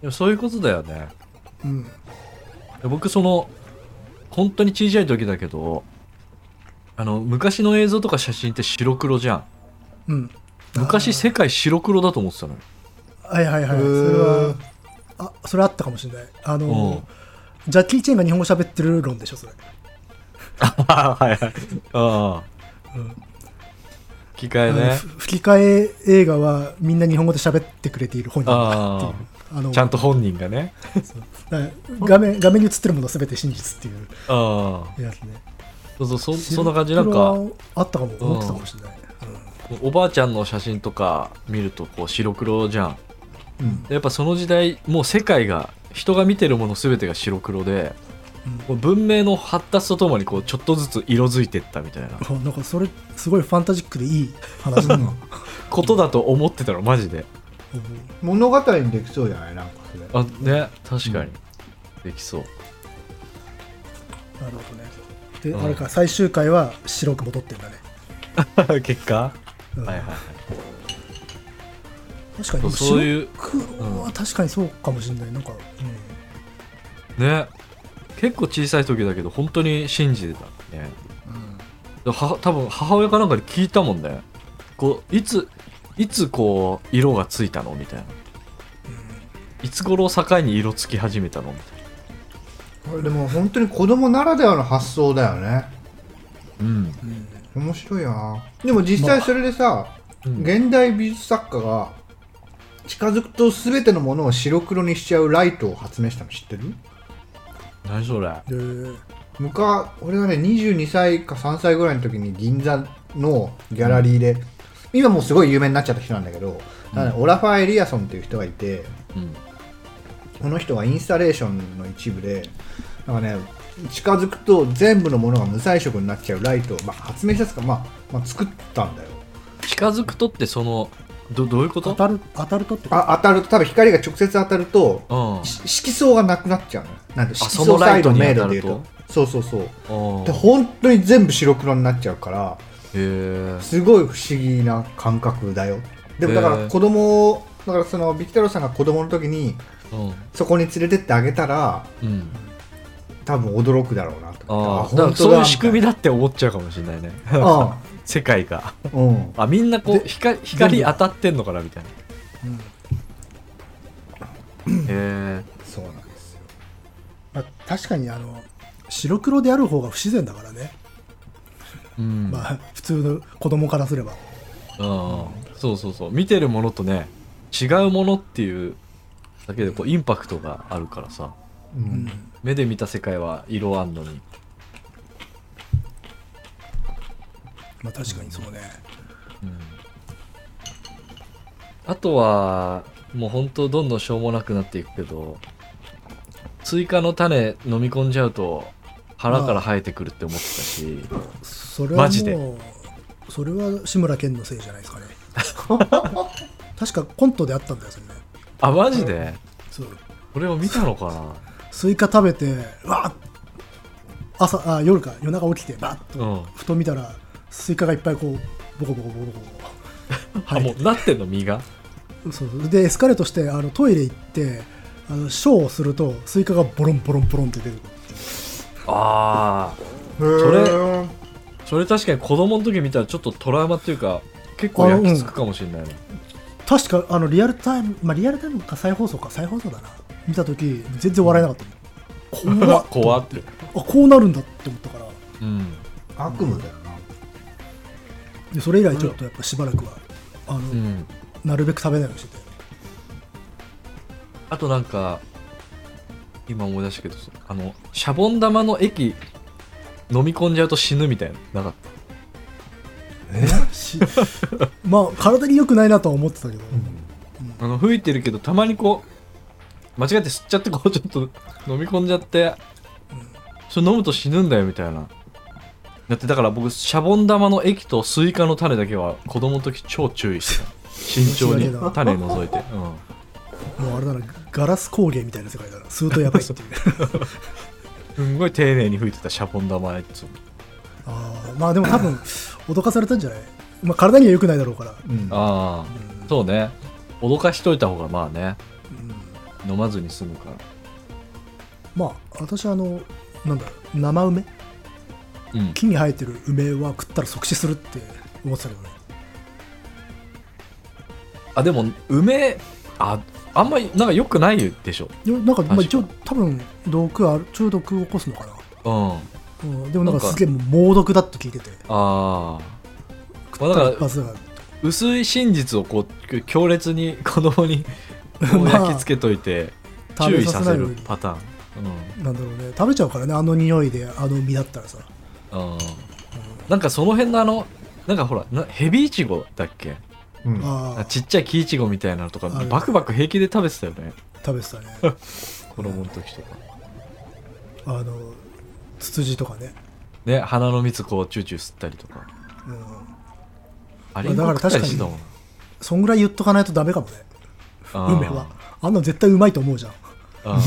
Speaker 1: でもそういうことだよね
Speaker 2: うん、
Speaker 1: 僕その本当に小さい時だけどあの昔の映像とか写真って白黒じゃん
Speaker 2: うん
Speaker 1: 昔世界白黒だと思ってたのよ
Speaker 2: はいはいはいそれはあそれあったかもしれないあ
Speaker 1: うん
Speaker 2: のジャッキー・チェンが日本語喋ってる論でしょそれ
Speaker 1: あはいはいああ
Speaker 2: うん
Speaker 1: 吹き替え
Speaker 2: あの
Speaker 1: ね
Speaker 2: ふ吹き替え映画はみんな日本語で喋ってくれている本人だっていうあの
Speaker 1: ちゃんと本人がね
Speaker 2: だから画面画面に映ってるものすべて真実っていう
Speaker 1: ああ
Speaker 2: やつね
Speaker 1: そうそうそそんな感じなんか
Speaker 2: あったかも思ってたかもしれない、う
Speaker 1: おばあちゃんの写真とか見るとこう白黒じゃん
Speaker 3: うん
Speaker 1: やっぱその時代もう世界が人が見てるもの全てが白黒で、もう文明の発達とともにこうちょっとずつ色づいてったみたいなん
Speaker 2: あなんかそれすごいファンタジックでいい話だな、うん
Speaker 1: ことだと思ってたのマジで
Speaker 3: 物語にできそうじゃないなんかそれ
Speaker 1: あね確かに、できそう
Speaker 2: なるほどねで、
Speaker 1: うん
Speaker 2: あれか最終回は白く戻ってんだ ね、
Speaker 1: 結果、
Speaker 2: うん
Speaker 1: はいはいはい
Speaker 2: 確か
Speaker 1: そう
Speaker 2: に
Speaker 1: そういう
Speaker 2: 白黒は確かにそうかもしれないなんか、
Speaker 1: ね結構小さい時だけど本当に信じてたねだからは多分母親かなんかで聞いたもんねこういついつこう色がついたのみたいないつ頃を境に色つき始めたのみたい
Speaker 3: これでも本当に子供ならではの発想だよね
Speaker 1: なうん
Speaker 3: 面白いなでも実際それでさ、
Speaker 1: うん
Speaker 3: 現代美術作家が近づくと全てのものを白黒にしちゃうライトを発明したの知ってる
Speaker 1: 何それ
Speaker 2: うん、で
Speaker 3: 昔俺がね22歳か3歳ぐらいの時に銀座のギャラリーで、今もうすごい有名になっちゃった人なんだけど、ただねオラファー・エリアソンっていう人がいて
Speaker 1: うん
Speaker 3: この人はインスタレーションの一部でなんかね近づくと全部のものが無彩色になっちゃうライトを、まあ、発明したっつうか、まあ、まあ作ったんだよ
Speaker 1: 近づくとってそのどどういうこ
Speaker 2: 当
Speaker 1: と
Speaker 2: たる当たるとってこと
Speaker 3: あ当たると多分光が直接当たると、
Speaker 1: うん
Speaker 3: し色相がなくなっちゃうのよなんで色
Speaker 1: その
Speaker 3: 相
Speaker 1: ラ
Speaker 3: サ
Speaker 1: イ
Speaker 3: イ
Speaker 1: ト
Speaker 3: ド
Speaker 1: に
Speaker 3: メイ
Speaker 1: 当たる
Speaker 3: ドで
Speaker 1: と
Speaker 3: 言うとそうそうそう
Speaker 1: うん
Speaker 3: で本当に全部白黒になっちゃうから
Speaker 1: へえ
Speaker 3: すごい不思議な感覚だよでもだか
Speaker 1: へ
Speaker 3: ら
Speaker 1: ー
Speaker 3: 子供をだからそのビキタロウさんが子供の時に
Speaker 1: うん
Speaker 3: そこに連れてってあげたら
Speaker 1: うん
Speaker 3: 多分驚くだろうなと思
Speaker 1: あ
Speaker 3: って
Speaker 1: あだからそういう仕組み
Speaker 3: だ
Speaker 1: だって思っちゃうかもしれないね 世界が
Speaker 3: うん、うん、
Speaker 1: あみんなこう光光
Speaker 2: 全部
Speaker 1: 当たってんのかなみたいな
Speaker 2: うん
Speaker 1: へえ
Speaker 3: そうなんですよ
Speaker 2: まあ、確かにあの白黒である方が不自然だからね
Speaker 1: うん
Speaker 2: まあ普通の子供からすれば
Speaker 1: うんそうそうそう見てるものとね違うものっていうだけでこうインパクトがあるからさ
Speaker 3: う
Speaker 2: うん
Speaker 3: ん
Speaker 1: 目で見た世界は色あんのに
Speaker 2: まあ確かにそうね
Speaker 1: あとはもう本当どんどんしょうもなくなっていくけど追加の種飲み込んじゃうと腹から生えてくるって思ってたし、
Speaker 2: それは
Speaker 1: マジ
Speaker 2: も
Speaker 1: で
Speaker 2: うそれは志村けんのせいじゃないですかね 確かコントであったんだよそれね
Speaker 1: あマジで
Speaker 2: そう
Speaker 1: これを見たのかな
Speaker 2: スイカ食べてうわっ朝あ夜か夜中起きてバッと
Speaker 1: うん
Speaker 2: ふと見たらスイカがいっぱいこうボコボコボコボコボコ
Speaker 1: あもうなってんの身が
Speaker 2: そうそうでエスカレートしてあのトイレ行ってあのショーをするとスイカがボロンボロンボロンって出てくる
Speaker 1: ああ
Speaker 3: そ
Speaker 1: れそれ確かに子供の時見たらちょっとトラウマっていうか結構焼き付くかもしれないね
Speaker 2: 確かあのリアルタイムまあリアルタイムか再放送か再放送だな見た時全然笑えなかったもん怖っ
Speaker 1: 怖って
Speaker 2: あこうなるんだって思ったから
Speaker 1: うん
Speaker 3: 悪夢だよな
Speaker 2: でそれ以来ちょっとやっぱしばらくはあの、
Speaker 1: うん
Speaker 2: なるべく食べないようにしてて
Speaker 1: あとなんか今思い出したけどそあのシャボン玉の液飲み込んじゃうと死ぬみたいななかった
Speaker 2: し まあ体に良くないなとは思ってたけど、
Speaker 1: あの吹いてるけどたまにこう間違って吸っちゃってこうちょっと 飲み込んじゃってそれ飲むと死ぬんだよみたいなだってだから僕シャボン玉の液とスイカの種だけは子供の時超注意してた慎重に種除いて、うん
Speaker 2: もうあれだなガラス工芸みたいな世界だな吸うとやば いっていう
Speaker 1: すんごい丁寧に吹いてたシャボン玉のやつ
Speaker 2: あーまあでも多分脅かされたんじゃない、まあ、体には良くないだろうから、
Speaker 3: うん
Speaker 1: ああ
Speaker 2: うん
Speaker 1: そうね脅かしといた方がまあね
Speaker 2: うん
Speaker 1: 飲まずに済むから
Speaker 2: まあ私あのなんだろう生梅
Speaker 1: うん
Speaker 2: 木に生えてる梅は食ったら即死するって思ってたけどね
Speaker 1: あでも梅ああんまりなんか良くないでしょ
Speaker 2: いやなんかまあ
Speaker 1: 確か
Speaker 2: 一応多分毒ある中毒を起こすのかな、
Speaker 1: うんあ
Speaker 2: うん、でもなんか
Speaker 1: なん
Speaker 2: す
Speaker 1: か
Speaker 2: げえ猛毒だって聞いてて
Speaker 1: あまあだ
Speaker 2: だ
Speaker 1: か
Speaker 2: か
Speaker 1: らら
Speaker 2: 一発だから
Speaker 1: 薄い真実をこう強烈に子供 にこう焼き付けといて
Speaker 2: まあ
Speaker 1: 注意させ
Speaker 2: 食べさせないよう
Speaker 1: る
Speaker 2: に
Speaker 1: パターン
Speaker 2: なんだろうね食べちゃうからねあの匂いであの身だったらさ
Speaker 1: うん、うん、なんかその辺のあのなんかほらなヘビイチゴだっけ
Speaker 3: うん
Speaker 2: ああ
Speaker 1: ちっちゃい木イチゴみたいなのとか
Speaker 2: ある
Speaker 1: バクバク平気で食べてたよね
Speaker 2: 食べてたね
Speaker 1: 子供の時とか
Speaker 2: あのツツジとかね、
Speaker 1: ね花の蜜こうチューチュー吸ったりとか
Speaker 2: うん、
Speaker 1: あ
Speaker 2: まあ
Speaker 1: れ
Speaker 2: だから
Speaker 1: 食ったりしてたもん
Speaker 2: そんぐらい言っとかないとダメかもね
Speaker 1: あー
Speaker 2: 梅はあんなの絶対うまいと思 うじゃん
Speaker 1: あー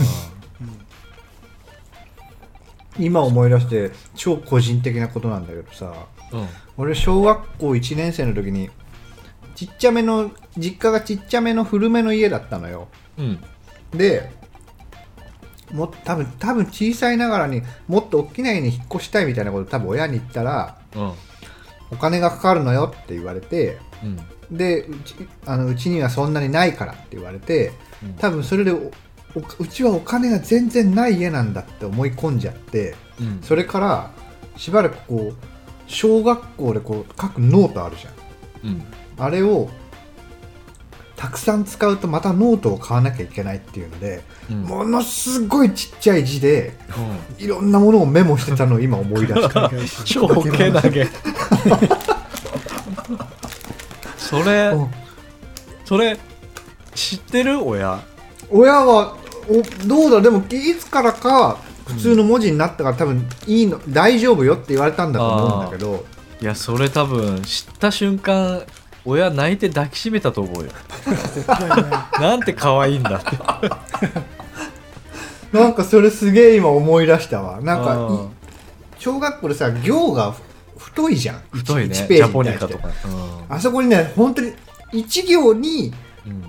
Speaker 3: 今思い出して超個人的なことなんだけどさ
Speaker 1: うん
Speaker 3: 俺小学校1年生の時にちっちゃめの実家がちっちゃめの古めの家だったのよ
Speaker 1: うん
Speaker 3: でもう多分多分小さいながらにもっと大きな家に引っ越したいみたいなこと多分親に言ったら
Speaker 1: うん
Speaker 3: お金がかかるのよって言われて
Speaker 1: うん
Speaker 3: でうちあのうちにはそんなにないからって言われて
Speaker 1: うん
Speaker 3: 多分それでおおうちはお金が全然ない家なんだって思い込んじゃって
Speaker 1: うん
Speaker 3: それからしばらくこう小学校でこう書くノートあるじゃ
Speaker 1: う
Speaker 3: ん
Speaker 1: ん
Speaker 3: あれをたくさん使うとまたノートを買わなきゃいけないっていうので、
Speaker 1: うん
Speaker 3: ものすごいちっちゃい字で
Speaker 1: うん
Speaker 3: いろんなものをメモしてたのを今思い出 した
Speaker 1: 超け投 げそれ
Speaker 3: うん
Speaker 1: それ知ってる親
Speaker 3: 親はおどうだでもいつからか普通の文字になったから多分いいの大丈夫よって言われたんだと思うんだけど
Speaker 1: いやそれ多分知った瞬間親泣いて抱きしめたと思うよ
Speaker 2: 絶対ね
Speaker 1: なんて可愛いんだって
Speaker 3: なんかそれすげえ今思い出したわ なん
Speaker 1: あー
Speaker 3: かい小学校でさ行がふ太いじゃん
Speaker 1: 太いねジ
Speaker 3: 1ページに対して
Speaker 1: ャポニカとか
Speaker 3: あそこにね本当に1行に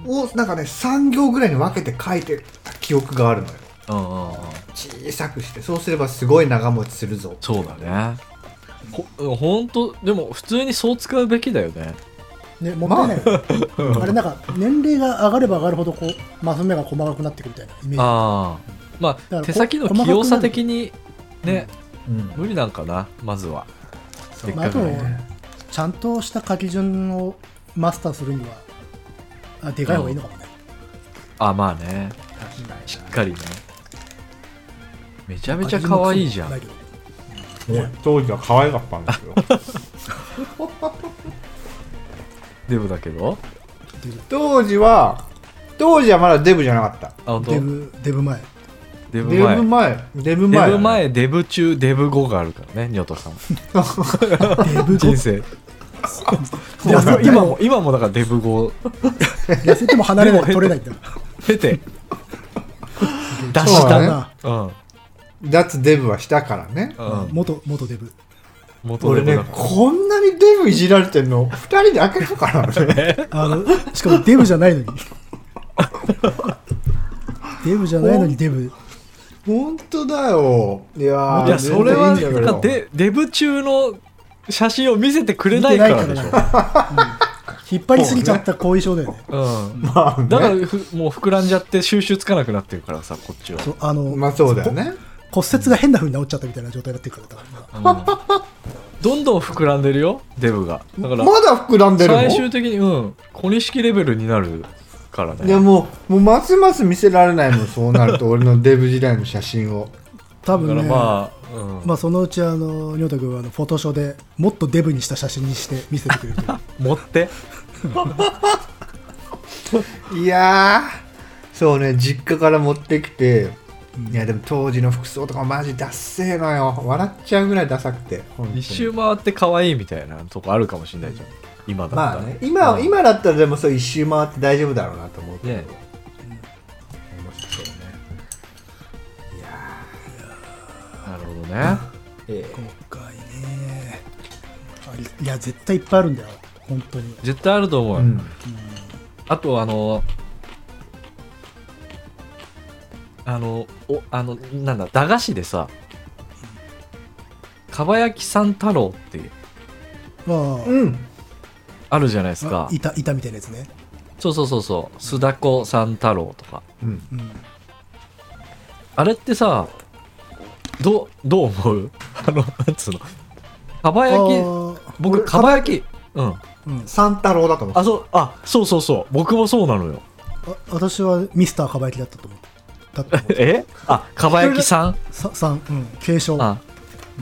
Speaker 1: うんうん
Speaker 3: をなんかね3行ぐらいに分けて書いてた記憶があるのよ
Speaker 1: うんうんうん
Speaker 3: 小さくしてそうすればすごい長持ちするぞ
Speaker 1: そうだねほほんとでも普通にそう使うべきだよね
Speaker 2: ねもったいないよね、あれなんか年齢が上がれば上がるほどこうマス目が細かくなってくみたいなイメージ
Speaker 1: ああま
Speaker 2: ら
Speaker 1: あ
Speaker 2: こ
Speaker 1: 手先の器用さ的にね
Speaker 3: うん
Speaker 1: 無理なんかなまずはせっ
Speaker 2: まあ、あ
Speaker 1: か
Speaker 2: と
Speaker 1: くね
Speaker 2: ちゃんとした書き順をマスターするにはあでかい方がいいのかもね、
Speaker 1: あまあね
Speaker 4: 確かに
Speaker 1: しっかりねめちゃめちゃ可愛いじゃん
Speaker 2: 書
Speaker 1: い
Speaker 2: き順も
Speaker 3: もう当時は可愛かったんですよ
Speaker 1: デブだけど
Speaker 2: そうだけど
Speaker 3: 当時は当時はまだデブじゃなかった
Speaker 1: あ本当
Speaker 2: デブ デブ前
Speaker 1: デブ
Speaker 3: デ
Speaker 1: 前
Speaker 3: ブ前デブ
Speaker 1: デ
Speaker 3: 前
Speaker 1: ブ前デブ中デブ後があるからねニョトさん
Speaker 2: デブ後
Speaker 1: 人生
Speaker 2: いやそう
Speaker 1: 今も今もだからデブ後
Speaker 2: 痩せても離れない
Speaker 1: でも
Speaker 2: 取れないって
Speaker 1: 経て出
Speaker 3: そ
Speaker 1: し
Speaker 3: う
Speaker 1: た
Speaker 3: だ
Speaker 1: う,、
Speaker 3: ね
Speaker 2: な
Speaker 1: うん
Speaker 3: 脱デブはしたからね
Speaker 1: うん
Speaker 2: 元元デブ
Speaker 1: 元デ
Speaker 3: 俺
Speaker 1: ブだ
Speaker 3: ね
Speaker 1: から
Speaker 3: こんなにデブいじられてんの二人だけだからね
Speaker 2: あのしかもデブじゃないのに デブじゃないのにデブ
Speaker 3: 本当だよいやー
Speaker 1: いやそれは
Speaker 3: 全然いいんだけ
Speaker 1: なん
Speaker 3: ど
Speaker 1: かデデブ中の写真を見せてくれないからでしょ
Speaker 2: 見てないからなうん引っ張りすぎちゃった後遺症だよね
Speaker 1: うん
Speaker 3: まあね
Speaker 1: だからふもう膨らんじゃって収集つかなくなってるからさこっちは
Speaker 2: そうあの、
Speaker 3: まあそうだよね
Speaker 2: 骨折が変な風に治っちゃったみたいな状態になってるからだから
Speaker 1: うんどんどん膨らんでるよデブがだから
Speaker 3: まだ膨らんでるの
Speaker 1: 最終的にうん小錦レベルになるから
Speaker 3: いや
Speaker 1: ね
Speaker 3: もうもうますます見せられないもんそうなる と俺のデブ時代の写真を
Speaker 2: 多
Speaker 1: だ
Speaker 2: 分
Speaker 1: から
Speaker 2: ね
Speaker 1: まあ、うん
Speaker 2: まあそのうちあの仁太君はあのフォトショーでもっとデブにした写真にして見せてくれるという
Speaker 1: 持って
Speaker 3: いやーそうね実家から持ってきて、いやでも当時の服装とかマジダッセーのよ笑っちゃうぐらいダサくて本当に
Speaker 1: 一周回って可愛いみたいなとこあるかもしれないじゃん今だったら
Speaker 3: まあね今,、
Speaker 1: うん
Speaker 3: 今だったらでもそう一周回って大丈夫だろうなと思うけど、
Speaker 1: ね
Speaker 3: 面白いねいや
Speaker 1: なるほどね
Speaker 3: ーええ
Speaker 2: 今回ねありいや絶対いっぱいあるんだよ本当に
Speaker 1: 絶対あると思うよ、
Speaker 3: うん
Speaker 1: あとあのあのおあのなんだ駄菓子でさかば焼きさん太郎って
Speaker 2: ま
Speaker 3: うん
Speaker 1: あるじゃないです
Speaker 2: あ
Speaker 1: か
Speaker 2: いたいたみたいなやつね
Speaker 1: そうそうそうそう須田子さん太郎とか
Speaker 3: うん
Speaker 2: うん
Speaker 1: あれってさどうどう思う あのなんつうのかば
Speaker 2: あ
Speaker 1: 焼き
Speaker 2: ー
Speaker 1: 僕かば焼きうん
Speaker 2: うん
Speaker 3: 三太郎だと思
Speaker 1: あ
Speaker 3: う
Speaker 1: そうあそうそうそう僕もそうなのよ
Speaker 2: あ私はミスターかば焼きだったと思うだったと思う
Speaker 1: えあかば焼きさん
Speaker 2: ささん、うん、継承だ
Speaker 1: あ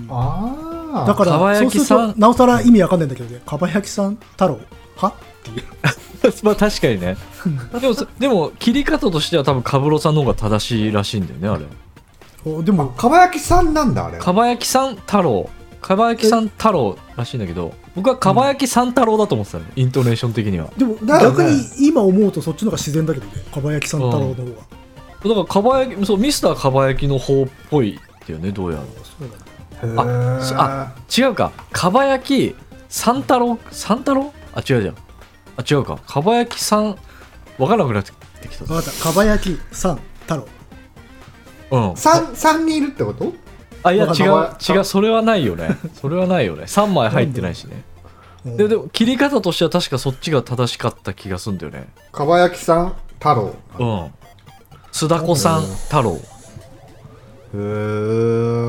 Speaker 3: ああ
Speaker 2: か
Speaker 1: かば
Speaker 2: らそ
Speaker 1: 焼
Speaker 2: うす
Speaker 1: き
Speaker 2: る
Speaker 1: さん
Speaker 2: となおさら意味わかんないんだけどねかば焼きさん太郎はっていう
Speaker 1: まあ確かにね でもそでも切り方としては多分カブロさんの方が正しいらしいんだよねあれ
Speaker 2: おでも
Speaker 3: かば焼きさんなんだあれは
Speaker 1: かば焼きさん太郎かば焼きさん太郎らしいんだけど僕はかば焼きさん太郎だと思ってたの、イントネーション的には
Speaker 2: でも
Speaker 3: だよね
Speaker 2: 逆に今思うとそっちの方が自然だけどねかば焼きさん太郎の方が、
Speaker 1: だからかば焼きそうミスターかば焼きの方っぽいっていうねどうやら
Speaker 2: そうだね
Speaker 1: あそあ違うかかば焼き三太郎三太郎あ違うじゃんあ違うかかば焼きさんわからなくなってきた
Speaker 2: 分かったかば焼きさん太郎
Speaker 1: うん
Speaker 3: 三三人いるってこと
Speaker 1: あいや
Speaker 2: わ
Speaker 1: 違
Speaker 2: か
Speaker 1: う
Speaker 3: るわかる
Speaker 1: 違うそれはないよねそれはないよね3枚入ってないしね
Speaker 2: うん
Speaker 1: ででも切り方としては確かそっちが正しかった気がすんだよね
Speaker 3: かば焼きさん太郎
Speaker 1: うん須田子さん太郎
Speaker 3: へ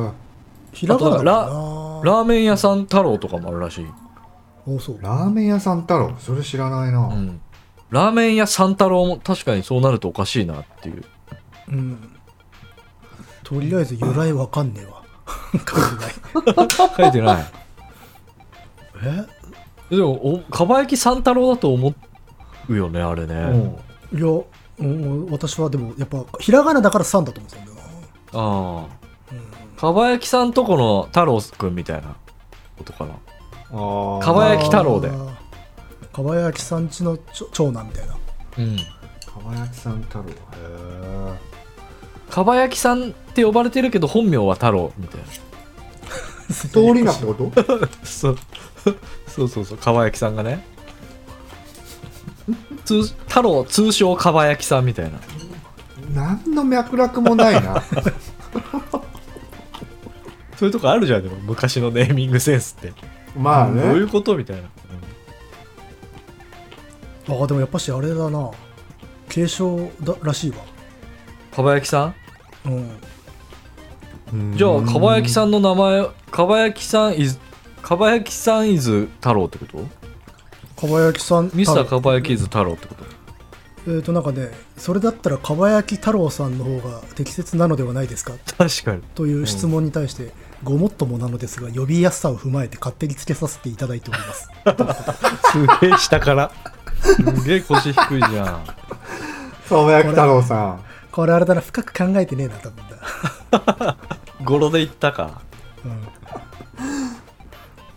Speaker 3: え
Speaker 2: ひらがなだもんな
Speaker 1: あラーメン屋さん太郎とかもあるらしい、
Speaker 2: おそう
Speaker 3: ラーメン屋さん太郎それ知らないな、
Speaker 1: うん、ラーメン屋さん太郎も確かにそうなるとおかしいなっていう
Speaker 2: うんとりあえず由来わかんねえ わ書い
Speaker 1: 書いてない
Speaker 2: てない
Speaker 1: でもおかば焼き三太郎だと思うよねあれね、
Speaker 3: うん
Speaker 2: えいやうん私はでもやっぱひらがなだからさんだと思ってたんだよな
Speaker 1: ああかば焼きさんとこの太郎くんみたいなことかな
Speaker 3: あ
Speaker 1: かば焼き太郎で
Speaker 2: あーかば焼きさんちのちょ長男みたいな
Speaker 1: うん
Speaker 3: かば焼きさん太郎へえ
Speaker 1: かば焼きさんって呼ばれてるけど本名は太郎みたいな
Speaker 3: 通りなってこと
Speaker 1: そう そうそうそうかば焼きさんがね 通太郎通称かば焼きさんみたいな
Speaker 3: 何の脈絡もな いな
Speaker 1: そういうとこあるじゃんでも昔のネーミングセンスって
Speaker 3: まあね、
Speaker 1: どういうことみたいな、
Speaker 2: あーでもやっぱしあれだな継承だらしいわ
Speaker 1: かば焼きさん
Speaker 2: うん
Speaker 1: じゃあかば焼きさんの名前かば焼きさん is かばやきさんイズ太郎ってこと
Speaker 2: かばやきさん
Speaker 1: ミスター
Speaker 2: 多
Speaker 1: かばやきイズ太郎ってこと
Speaker 2: 分えっ、となんかねそれだったらかばやき太郎さんの方が適切なのではないですか
Speaker 1: 確かに
Speaker 2: という質問に対して、ごもっともなのですが呼びやすさを踏まえて勝手につけさせていただいております
Speaker 1: すげえ下からすげえ腰低いじゃん
Speaker 3: かばやき太郎さん
Speaker 2: これあれだな深く考えてねえな多分だ、
Speaker 1: ゴロで言ったか
Speaker 2: うん、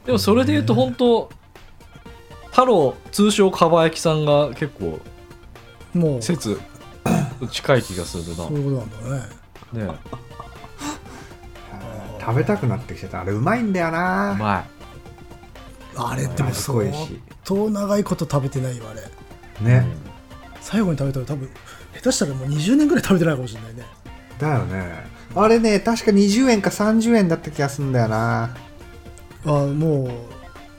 Speaker 1: でもそれで言うと本当太郎通称かばやきさんが結構
Speaker 2: もうそう
Speaker 1: 説近い気がするな
Speaker 2: いうことなんだね
Speaker 1: ね
Speaker 3: 食べたくなってきちゃったあれうまいんだよ
Speaker 1: えう
Speaker 3: な
Speaker 1: ま
Speaker 2: あれでも
Speaker 3: すご
Speaker 2: 相
Speaker 3: いし
Speaker 2: 当長いこと食べてないよあれ
Speaker 1: い
Speaker 3: ね、
Speaker 2: 最後に食べたら多分下手したらもう20年ぐらい食べてないかもしれないね
Speaker 3: だよねあれね確か20円か30円だった気がするんだよな
Speaker 2: あもう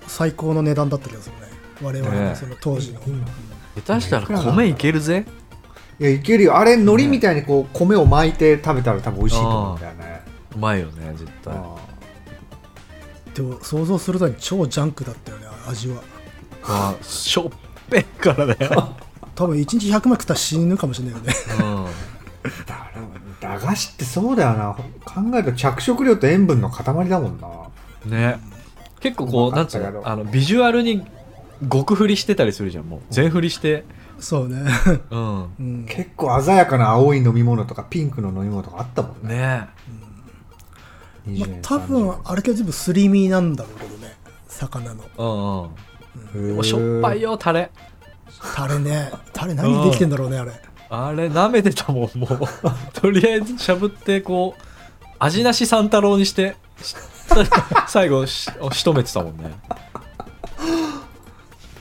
Speaker 2: 最高の値段だった気がするね我々
Speaker 1: ねえ
Speaker 2: のその当時の、
Speaker 1: 下手したら米いけるぜ
Speaker 3: いやいけるよあれ海苔みたいにこう米を巻いて食べたら多分美味しいと思うんだよね
Speaker 1: うまいよね絶対
Speaker 3: あ
Speaker 2: でも想像するとに超ジャンクだったよね味は
Speaker 1: まあしょっぺんからだよ、
Speaker 2: 多分1日100枚食ったら死ぬかもしれないよね
Speaker 1: うん、
Speaker 3: ーだから駄菓子ってそうだよな考えると着色料と塩分の塊だもんな
Speaker 1: ね結構こう
Speaker 3: う
Speaker 1: な
Speaker 3: まか
Speaker 1: ん
Speaker 3: っ
Speaker 1: つう
Speaker 3: たやろ
Speaker 1: のあのビジュアルに極振りしてたりするじゃんもう全振りして
Speaker 2: そうね
Speaker 1: うん
Speaker 2: うん
Speaker 3: 結構鮮やかな青い飲み物とかピンクの飲み物とかあったもんね
Speaker 1: ね
Speaker 2: まあ
Speaker 3: 20円
Speaker 2: 多分あれけど全部すり身なんだろうけどね魚の
Speaker 1: うんうん
Speaker 3: 30
Speaker 1: で
Speaker 3: 円
Speaker 1: もしょっぱいよタレ
Speaker 2: タレね タレ何でできてんだろうねあれ
Speaker 1: あれ舐めてたもんもう とりあえずしゃぶってこう味なし三太郎にして し最後ししとめてたもんね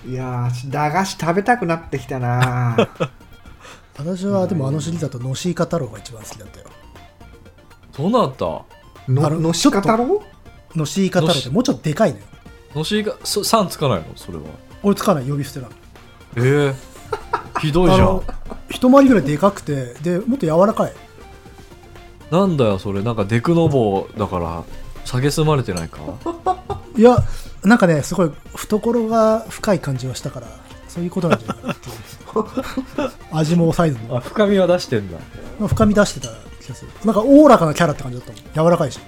Speaker 3: いやー駄菓子食べたくなってきたな
Speaker 2: 私はでもあのシリーズだとのしいか太郎が一番好きだったよ
Speaker 1: どなた
Speaker 2: あ
Speaker 3: の
Speaker 2: の
Speaker 3: のしか 太郎
Speaker 2: のしいか太郎ってもうちょっとでかいのよ
Speaker 1: のしがそさんつかないのそれは
Speaker 2: 俺つかない呼び捨てなの
Speaker 1: ええひどいじゃん
Speaker 2: あの一回りぐらいでかくてでもっと柔らかい
Speaker 1: なんだよそれなんかデクノボだから下げすまれてないか
Speaker 2: いやなんかねすごい懐が深い感じはしたからそういうことなんじゃないかなっていう 味もサイズも
Speaker 1: あ深みは出してんだ
Speaker 2: まあ深み出してた気がするなんかおおらかなキャラって感じだったもん柔らかいし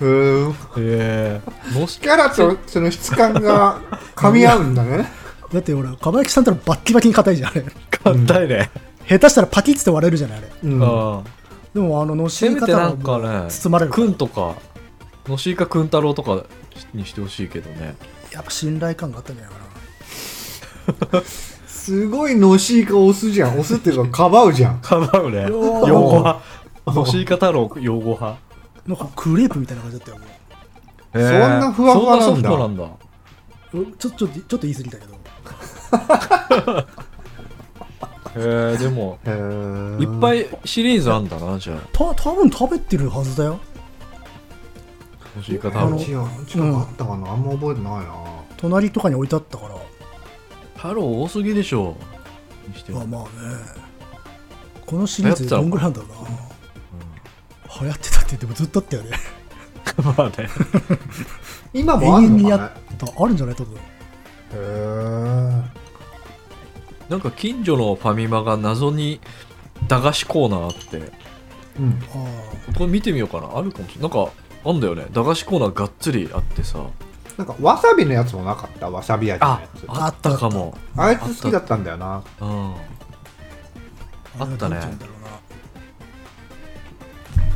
Speaker 3: うん
Speaker 1: へえのし
Speaker 3: キャラとその質感が噛み合うんだね
Speaker 2: だってほら蒲焼さんってのはバッキバキに硬いじゃんあれ
Speaker 1: 硬いね、
Speaker 2: 下手したらパキッつって割れるじゃないあれ
Speaker 3: うん
Speaker 1: ああ
Speaker 2: でもあののし
Speaker 1: せ
Speaker 2: い
Speaker 1: め
Speaker 2: か
Speaker 1: て
Speaker 2: 太
Speaker 1: な
Speaker 2: 郎
Speaker 1: んか
Speaker 2: も
Speaker 1: ね
Speaker 2: 包まれるから
Speaker 1: くんとかのしいかくん太郎とかにしてほしいけどね
Speaker 2: やっぱ信頼感があったんじゃないかな
Speaker 3: すごいのしいか押すじゃん押すっていうかかばうじゃん
Speaker 1: かばうね用
Speaker 2: ー
Speaker 1: 語派 のしいか太郎用語派
Speaker 2: なんかクレープみたいな感じだったよも
Speaker 1: そ
Speaker 3: んなふわふわなんだ
Speaker 1: そんなソフトなんだ
Speaker 2: ううちょちょっとちょっと言い過ぎたけど
Speaker 1: へえでも
Speaker 3: へー
Speaker 1: いっぱいシリーズあんだなじゃあ
Speaker 2: た多分食べてるはずだよ
Speaker 1: のしいか太
Speaker 3: あ
Speaker 1: 郎
Speaker 3: うちのうちのあったかなあんま覚えてないな
Speaker 2: 隣とかに置いてあったから
Speaker 1: 太郎多すぎでしょにしても
Speaker 2: まあまあねこのシリーズ
Speaker 1: 流行ってたのか
Speaker 2: どんぐらいなんだろうな、流行ってたって言ってもずっとあったよね
Speaker 1: まあね
Speaker 3: 今
Speaker 2: 永
Speaker 3: もあん
Speaker 2: 遠に
Speaker 3: の
Speaker 2: や
Speaker 3: か
Speaker 2: っ
Speaker 3: ね
Speaker 2: たあるんじゃない多分
Speaker 3: へー
Speaker 1: なんか近所のファミマが謎に駄菓子コーナーあって
Speaker 3: うん
Speaker 2: ああ
Speaker 1: これ見てみようかなあるかもしれないなんかあんだよね駄菓子コーナーがっつりあってさ
Speaker 3: なんかわさびのやつもなかったわさび味のやつあ
Speaker 1: あったかも
Speaker 3: いつ好きだったんだよな
Speaker 1: うんあったね
Speaker 2: あれはなんて言うんだろ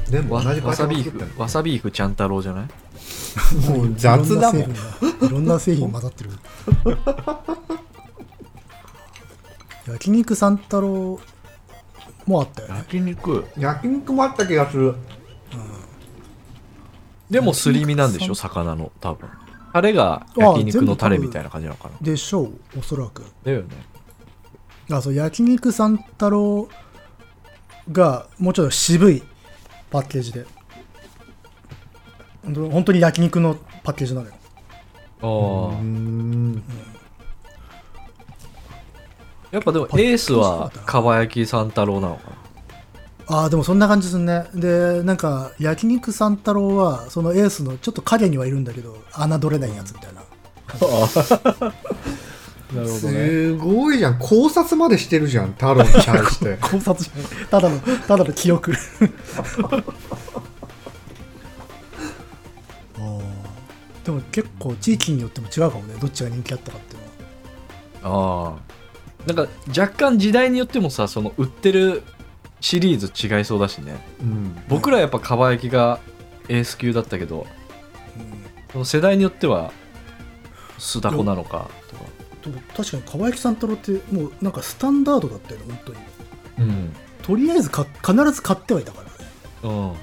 Speaker 3: 全部
Speaker 1: わ
Speaker 3: 同じ
Speaker 1: わ
Speaker 3: 会
Speaker 1: さ
Speaker 3: 社が
Speaker 1: ビ
Speaker 3: 作っ
Speaker 1: ー
Speaker 3: てん
Speaker 1: フわさビーフちゃん太郎じゃないう
Speaker 2: な
Speaker 3: もう雑だもん
Speaker 2: いろんな製品がいろんな製品混ざってる焼肉三太郎もあったよね
Speaker 1: 焼肉
Speaker 3: 焼肉もあった気がする
Speaker 1: でもすり身なんでしょ魚の多分タレが焼肉のタレみたいな感じなのかな
Speaker 2: でしょうおそらく
Speaker 1: だよね
Speaker 2: あそう焼肉三太郎がもうちょっと渋いパッケージでほんと本当に焼肉のパッケージなのよ
Speaker 1: あ
Speaker 3: うー
Speaker 1: あ
Speaker 3: ん
Speaker 1: やっぱでもエースは
Speaker 2: パッケージだったな
Speaker 1: かば焼き三太郎なのか
Speaker 2: ああでもそんな感じですねでなんか焼肉三太郎はそのエースのちょっと影にはいるんだけど侮れないやつみたいな
Speaker 1: なるほどね
Speaker 3: すごいじゃん考察までしてるじゃん太郎に対して
Speaker 2: 考察者ただのただの記憶あーでも結構地域によっても違うかもねどっちが人気あったかっていうのは
Speaker 1: ああなんか若干時代によってもさその売ってるシリーズ違いそうだしね
Speaker 3: うん
Speaker 1: 僕らやっぱ蒲焼きがエース級だったけどその世代によっては酢だこなのかとか
Speaker 2: でも確かに川焼さん太郎ってもうなんかスタンダードだったよね本当に
Speaker 1: うん、
Speaker 2: とりあえずか必ず買ってはいたからね、
Speaker 1: うん、
Speaker 2: うん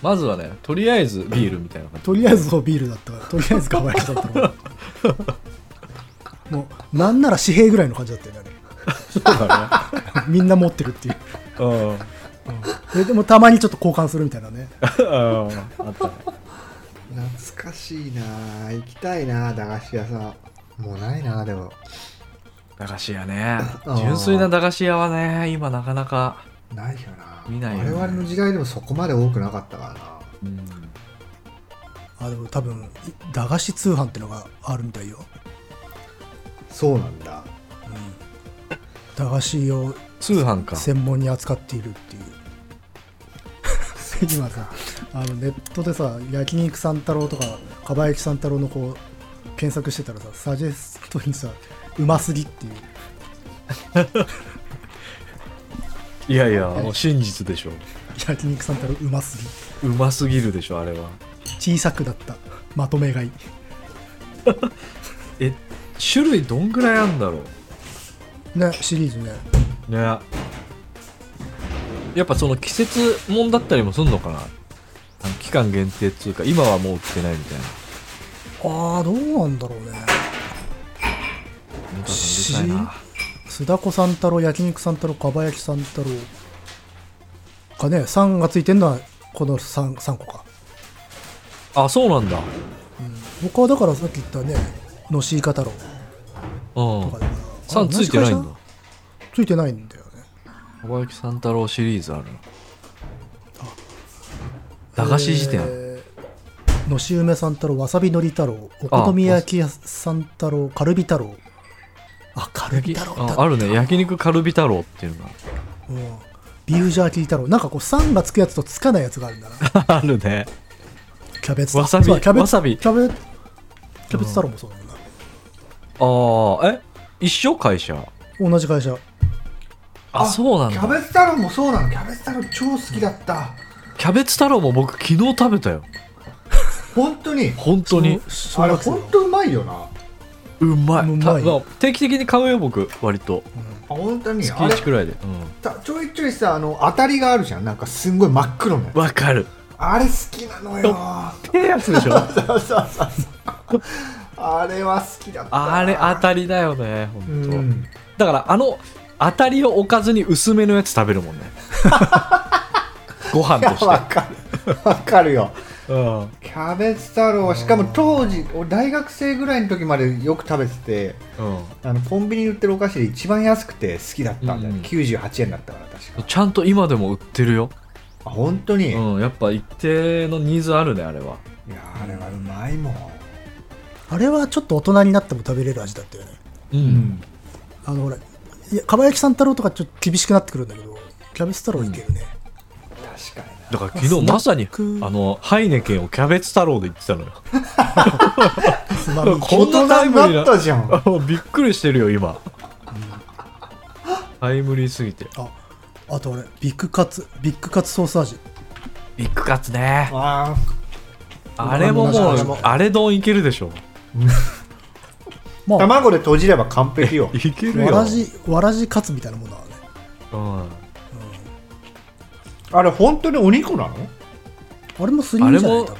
Speaker 1: まずはねとりあえずビールみたいな 感じ
Speaker 2: とりあえずそうビールだったからとりあえず川焼さん太郎 もうなんなら紙幣ぐらいの感じだったよねあれ
Speaker 1: そうだね
Speaker 2: みんな持ってるっていう
Speaker 1: うん
Speaker 2: ででもたまにちょっと交換するみたいなね
Speaker 1: あーあったね
Speaker 3: 懐かしいなあ行きたいなあ駄菓子屋さんもうないなあでも
Speaker 1: 駄菓子屋ね
Speaker 3: ー
Speaker 1: 純粋な駄菓子屋はね今なかなか、
Speaker 3: ないよな
Speaker 1: 見ないよね
Speaker 3: 我々の時代でもそこまで多くなかったからな
Speaker 1: うん、
Speaker 2: あでも多分駄菓子通販ってのがあるみたいよ、
Speaker 3: そうなんだ
Speaker 2: うん、駄菓子を
Speaker 1: 通販か
Speaker 2: 専門に扱っているっていう今さあのネットでさ焼肉三太郎とかかば焼き三太郎のこう検索してたらさサジェストにさうますぎっていう
Speaker 1: いやいやもう真実でしょ
Speaker 2: 焼肉三太郎うますぎ
Speaker 1: うますぎるでしょあれは
Speaker 2: 小さくだったまとめ買い
Speaker 1: え種類どんぐらいあんだろ
Speaker 2: ねシリーズね
Speaker 1: うねやっぱその季節もんだったりもすんのかなあの期間限定っつうか今はもう売ってないみたいな
Speaker 2: ああどうなんだろうね
Speaker 1: 美川さんうるさいな
Speaker 2: 須田子三太郎焼肉三太郎かば焼き三太郎かね3がついてんのはこの 3, 3個か
Speaker 1: あそうなんだ
Speaker 2: 他はだからさっき言ったねのしいか太郎
Speaker 1: うん
Speaker 2: とかだからあ
Speaker 1: 3ついてないん
Speaker 2: 同じ
Speaker 1: だ
Speaker 2: 会社ついてないんだよね
Speaker 1: 蒲焼三太郎シリーズあるの駄菓子辞典、
Speaker 2: えーのし梅三太郎わさびのり太郎お好み焼き屋三太郎カルビ太郎あカルビ太郎だ
Speaker 1: ああるね焼肉カルビ太郎っていうの
Speaker 2: うんビーフジャーキー太郎なんかこう3がつくやつとつかないやつがあるんだな
Speaker 1: が あるね
Speaker 2: キャベ ツ
Speaker 1: わさび
Speaker 2: そうキャベツ
Speaker 1: わさび
Speaker 2: キャベツキャベツ太郎もそうだもんな
Speaker 1: ああえ一緒会社
Speaker 2: 同じ会社
Speaker 1: あそうなん
Speaker 3: キ
Speaker 1: だ
Speaker 3: ャベツ太郎もそうなのキャベツ太郎超好きだった
Speaker 1: キャベツ太郎も僕昨日食べたよ
Speaker 3: 本当に
Speaker 1: 本当に
Speaker 2: 小
Speaker 3: あれ
Speaker 2: 学生の
Speaker 3: 本当うまいよなあ
Speaker 1: うまいう
Speaker 2: まい
Speaker 1: た定期的に買うよ僕割と
Speaker 3: 本当に
Speaker 1: 月
Speaker 3: あれ
Speaker 1: 1くらいで
Speaker 3: たちょいちょいさあの当たりがあるじゃんなんかすんごい真っ黒のやつ
Speaker 1: うんわかる
Speaker 3: あれ好きなのよ
Speaker 1: ええやつでしょ
Speaker 3: そうそうそうそうあれは好きだった な
Speaker 1: あれ当たりだよね
Speaker 3: う
Speaker 1: 本当、
Speaker 3: ん
Speaker 1: だからあの当たりをおかずに薄めのやつ食べるもんねご飯
Speaker 3: いや
Speaker 1: と
Speaker 3: わ
Speaker 1: し
Speaker 3: かるわかるよ
Speaker 1: て、うん、
Speaker 3: キャベツ太郎しかも当時俺大学生ぐらいの時までよく食べてて
Speaker 1: う
Speaker 3: あのコンビニに売ってるお菓子で一番安くて好きだったんだよ、
Speaker 1: うん
Speaker 3: 98円だったから確
Speaker 1: ん、
Speaker 3: か
Speaker 1: ちゃんと今でも売ってるよ、
Speaker 3: あ本当に、い
Speaker 1: うん、やっぱ一定のニーズあるねあれは
Speaker 3: やあれはうまいもん、
Speaker 2: あれはちょっと大人になっても食べれる味だったよね
Speaker 1: う、
Speaker 3: うん
Speaker 2: あのほらいやかば焼き三太郎とかちょっと厳しくなってくるんだけどキャベツ太郎いけるね、
Speaker 3: 確かにな
Speaker 1: だから昨日まさに
Speaker 2: スナック
Speaker 1: あのハイネケンをキャベツ太郎で言ってたのよ
Speaker 2: つまみ
Speaker 1: こんなタイムリー
Speaker 3: 大人に
Speaker 1: な
Speaker 3: なったじゃん
Speaker 1: あもうびっくりしてるよ今タイムリーすぎて
Speaker 2: ああとあれビッグカツビッグカツソース味
Speaker 1: ビッグカツね
Speaker 3: あ
Speaker 1: あれも
Speaker 2: あ
Speaker 1: も
Speaker 2: れ
Speaker 1: う
Speaker 2: も
Speaker 1: あれ丼いけるでしょ
Speaker 2: まあ
Speaker 3: ー卵で閉じれば完璧よ
Speaker 1: いける
Speaker 2: わ
Speaker 1: よ
Speaker 2: らじわらじカツみたいなものだね
Speaker 1: うん
Speaker 3: あれ本当にお肉なの
Speaker 2: あれもスリムじゃな
Speaker 1: あれ
Speaker 2: い
Speaker 1: も
Speaker 2: 多分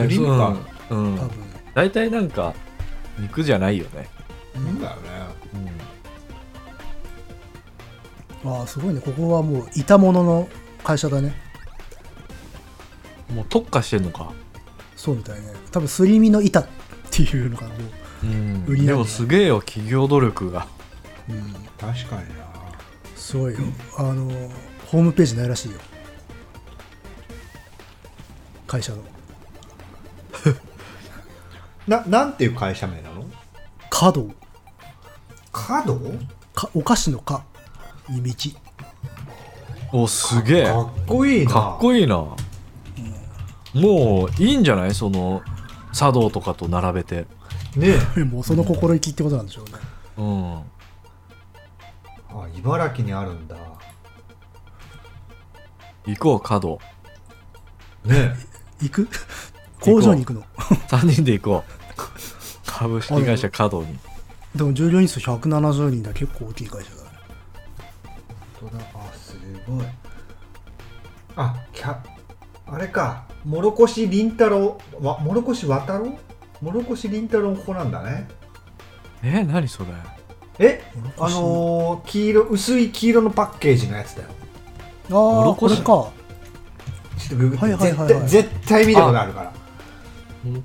Speaker 1: ね
Speaker 3: クリームか
Speaker 1: そううんう
Speaker 2: 多
Speaker 1: ん
Speaker 2: 分
Speaker 1: 大体なんか肉じゃないよね、
Speaker 3: うんだよね
Speaker 2: ああすごいねここはもういたものの会社だね
Speaker 1: もう特化してんのか
Speaker 2: そうみたいね多分すり身の板っていうのがも
Speaker 1: うん
Speaker 2: 売り上げ
Speaker 1: でもすげえよ企業努力が
Speaker 2: う、うん、
Speaker 3: 確かにな
Speaker 2: すごいよあのホームページないらしいよ会社の
Speaker 3: ななんていう会社名なの
Speaker 2: 華道
Speaker 3: 角
Speaker 2: かお菓子のかに道
Speaker 1: おすげえ
Speaker 3: かっこいいな
Speaker 1: かっこいいなもういいんじゃないその茶道とかと並べて
Speaker 3: ねえ
Speaker 2: でもうその心意気ってことなんでしょうね、
Speaker 1: うん
Speaker 3: あ茨城にあるんだ
Speaker 1: 行こう角
Speaker 3: ね
Speaker 2: 行く工場に行くの
Speaker 1: 3人で行こう 株式会社角に
Speaker 2: でも従業員数170人だ結構大きい会社だね
Speaker 3: 本当だあすごいあキャあれか諸越倫太郎わ諸越渡郎諸越倫太郎ここなんだね
Speaker 1: え何それ
Speaker 3: え
Speaker 2: 越
Speaker 3: あのー、黄色薄い黄色のパッケージのやつだよ
Speaker 2: あ
Speaker 1: 諸
Speaker 2: あこれ
Speaker 1: 越
Speaker 2: か
Speaker 3: ちょっとググって、
Speaker 2: はいはいはいはい
Speaker 3: 絶対絶対見たことあるから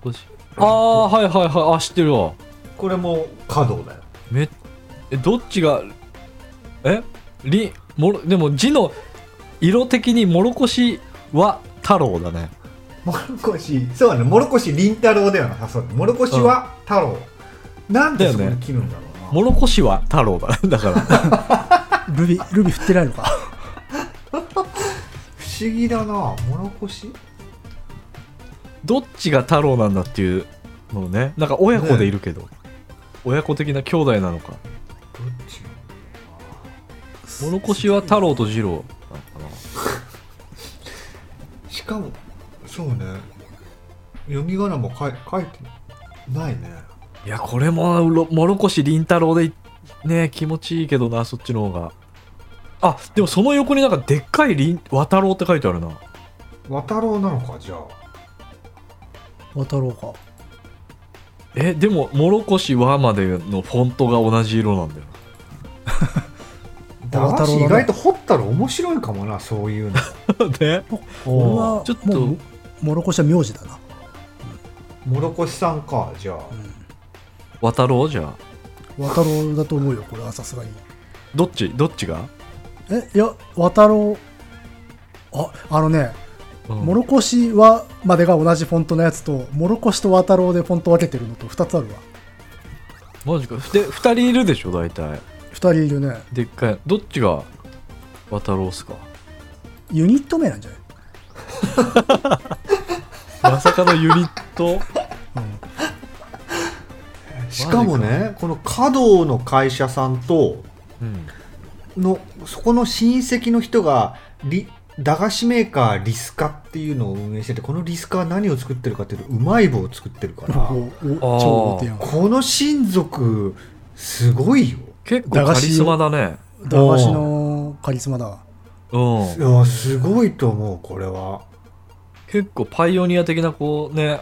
Speaker 1: こしああはいはいはいあ知ってるわ
Speaker 3: これも華道だよ
Speaker 1: めえどっちがえりもろでも字の色的にもろこしは太郎だね
Speaker 3: 諸越そうだね諸越倫太郎ではなさそう諸越は太郎、なんでそこに切るんだろうな、
Speaker 1: もろこしは太郎だね だから
Speaker 2: ルビルビ振ってないのか
Speaker 3: 不思議だな諸越
Speaker 1: どっちが太郎なんだっていうのねなんか親子でいるけど、親子的な兄弟なのか
Speaker 3: どっちなの
Speaker 1: もろこしは太郎と次郎なのかな
Speaker 3: しかもそうね読み仮名も書い書いてないね
Speaker 1: いやこれもろもろこしりんたろうでね気持ちいいけどなそっちの方があでもその横になんかでっかいりん渡ろうって書いてあるな
Speaker 3: 渡郎なのかじゃあ
Speaker 2: 渡ろうか
Speaker 1: えでも「もろこしは」までのフォントが同じ色なんだよ
Speaker 3: 駄菓
Speaker 2: 渡郎
Speaker 3: 子
Speaker 2: だね
Speaker 3: 意外と掘ったら面白いかもなそういうの
Speaker 1: なね
Speaker 2: 俺
Speaker 3: おう
Speaker 2: は
Speaker 1: ちょっと
Speaker 2: もうもろこしは名字だな、
Speaker 3: 諸越さんかじゃあ
Speaker 2: う
Speaker 1: 渡ろうじゃあ
Speaker 2: ん、渡ろうだと思うよこれはさすがに
Speaker 1: どっちどっちが、
Speaker 2: えいや渡ろうああのね
Speaker 1: うん
Speaker 2: もろこしはまでが同じフォントのやつともろこしと渡ろうでフォント分けてるのと2つあるわ
Speaker 1: マジかで2人いるでしょ大体
Speaker 2: 2人いるね
Speaker 1: でっかいどっちが渡ろうっすか
Speaker 2: ユニット名なんじゃない
Speaker 1: まさかのユニット
Speaker 3: しかもねこの華道の会社さんと
Speaker 1: うん
Speaker 3: のそこの親戚の人がリ駄菓子メーカーリスカっていうのを運営しててこのリスカは何を作ってるかっていうとうまい棒を作ってるから
Speaker 2: お
Speaker 3: こ
Speaker 1: あ
Speaker 2: お
Speaker 1: ー
Speaker 2: 超大手やん
Speaker 3: の親族すごいよ
Speaker 1: 結構カリスマだね
Speaker 2: 駄菓子のカリスマだわ
Speaker 1: うん
Speaker 3: いやすごいと思うこれは
Speaker 1: 結構パイオニア的なこうね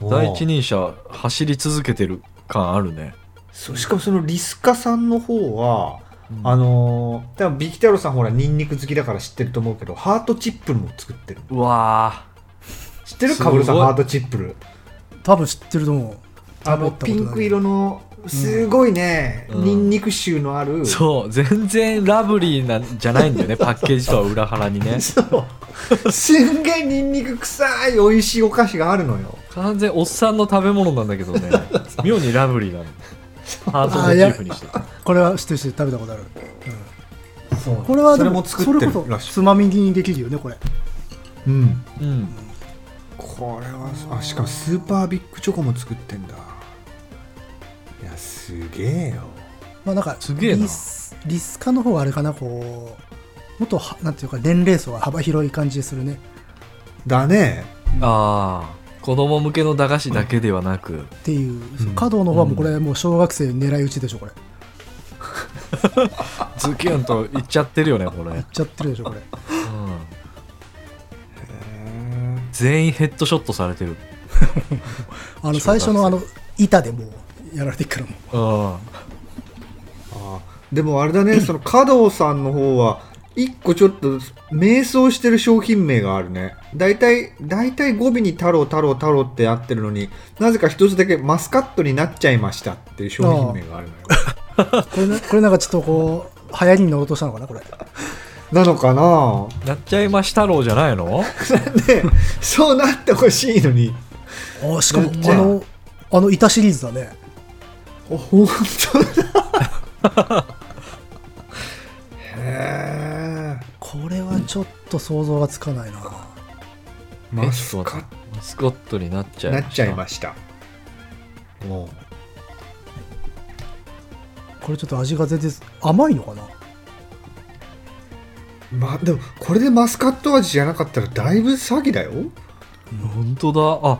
Speaker 1: 第一人者走り続けてる感あるね、
Speaker 3: そうしかもそのリスカさんの方は、
Speaker 1: うん
Speaker 3: あのー、多分ビキタロさんほらニンニク好きだから知ってると思うけどハートチップルも作ってる
Speaker 1: うわ
Speaker 3: 知ってる
Speaker 1: すご
Speaker 3: か
Speaker 1: い
Speaker 3: ぶるさんハートチップル
Speaker 2: 多分知ってると思う
Speaker 3: あ
Speaker 2: 食べた
Speaker 3: の
Speaker 2: こと
Speaker 3: ピンク色のすごいね、
Speaker 1: うん
Speaker 3: ニンニク臭のある、
Speaker 1: ーそう全然ラブリーなんじゃないんだよねパッケージとは裏腹にね
Speaker 3: そうすんげえニンニク臭い美味しいお菓子があるのよ
Speaker 1: 完全おっさんの食べ物なんだけどね妙にラブリーなのハートモチーフにして
Speaker 2: これは知ってる知ってる食べたことある、
Speaker 3: そう
Speaker 2: これは
Speaker 3: そ
Speaker 2: で
Speaker 3: れ
Speaker 2: も
Speaker 3: も
Speaker 2: そ
Speaker 3: 作って
Speaker 2: れ
Speaker 3: る
Speaker 2: こそ
Speaker 3: らしい
Speaker 2: つまみにできるよねこれ
Speaker 3: うん
Speaker 1: うん
Speaker 3: これはあしかもスーパービッグチョコも作ってんだいやすげえよ
Speaker 2: まあなんか
Speaker 1: すげえな
Speaker 2: リスリスカの方があれかなこうもっとはなんていうか年齢層が幅広い感じするね
Speaker 3: だね
Speaker 1: ああ子供向けの駄菓子だけではなく、
Speaker 2: っていう、
Speaker 3: ん
Speaker 2: 華道の方はもうこれもう小学生狙い撃ちでしょこれい
Speaker 1: ズキュンといっちゃってるよねこれ、うん
Speaker 2: っ、ちゃってるでしょこれ
Speaker 1: 全員ヘッドショットされてる
Speaker 2: あの最初のあの板でもうやられてっからもう
Speaker 1: うん
Speaker 3: あでもあれだねその加藤さんの方は一個ちょっと迷走してる商品名があるね大体大体語尾に太郎太郎太郎ってやってるのになぜか一つだけマスカットになっちゃいましたっていう商品名があるのよ
Speaker 2: これ,、ね、これなんかちょっとこう流行りに乗ろうとしたのかなこれ
Speaker 3: なのかな
Speaker 1: なっちゃいましたろうじゃないの
Speaker 3: でそうなってほしいのに
Speaker 2: ああしかも
Speaker 3: じ
Speaker 2: あ
Speaker 3: ゃあ
Speaker 2: のあの板シリーズだね
Speaker 3: お本当だへえ
Speaker 2: これはちょっと想像がつかないな、
Speaker 3: マスカッ
Speaker 1: マスコットになっちゃ
Speaker 3: ト
Speaker 1: いました
Speaker 3: なっちゃいましたも
Speaker 2: これちょっと味が全然甘いのかな
Speaker 3: うまでもこれでマスカット味じゃなかったらだいぶ詐欺だよ
Speaker 1: 本当だあ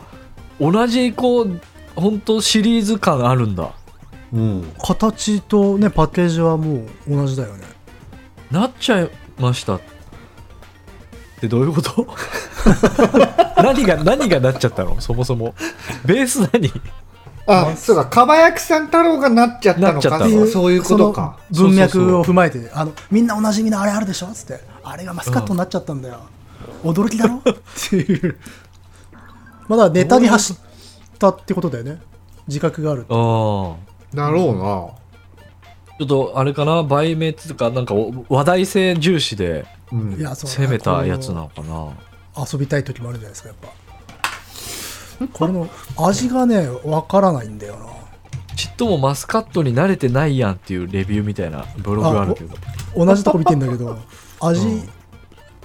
Speaker 1: 同じこう本当シリーズ感あるんだ
Speaker 3: うん
Speaker 2: 形とねパッケージはもう同じだよね
Speaker 1: なっちゃいましたってどういうこと 何が何がなっちゃったのそもそもベース何
Speaker 3: あそうかかばやきさん太郎がなっちゃった
Speaker 1: な
Speaker 3: の
Speaker 1: っちゃっ
Speaker 3: か
Speaker 1: た
Speaker 3: ってい
Speaker 1: の
Speaker 3: うそういうことか
Speaker 2: その文
Speaker 1: そうそう
Speaker 2: 脈
Speaker 1: そう
Speaker 2: を踏まえてあのみんなおなじみのあれあるでしょっつってあれがマスカットになっちゃったんだよ、驚きだろっていうまあだからネタに走ったってことだよね自覚がある
Speaker 1: ああ
Speaker 3: だろ
Speaker 1: ちょっとあれかな売名っていうかなんかお話題性重視で
Speaker 3: うなうん
Speaker 2: いやそう
Speaker 1: 攻めたやつな
Speaker 2: こ
Speaker 1: のかな
Speaker 2: の遊びたい時もあるじゃないですかやっぱこれの味がねわからないんだよな
Speaker 1: ちっともマスカットに慣れてないやんっていうレビューみたいなブログあるけど
Speaker 2: 同じとこ見てんだけど味、
Speaker 1: うん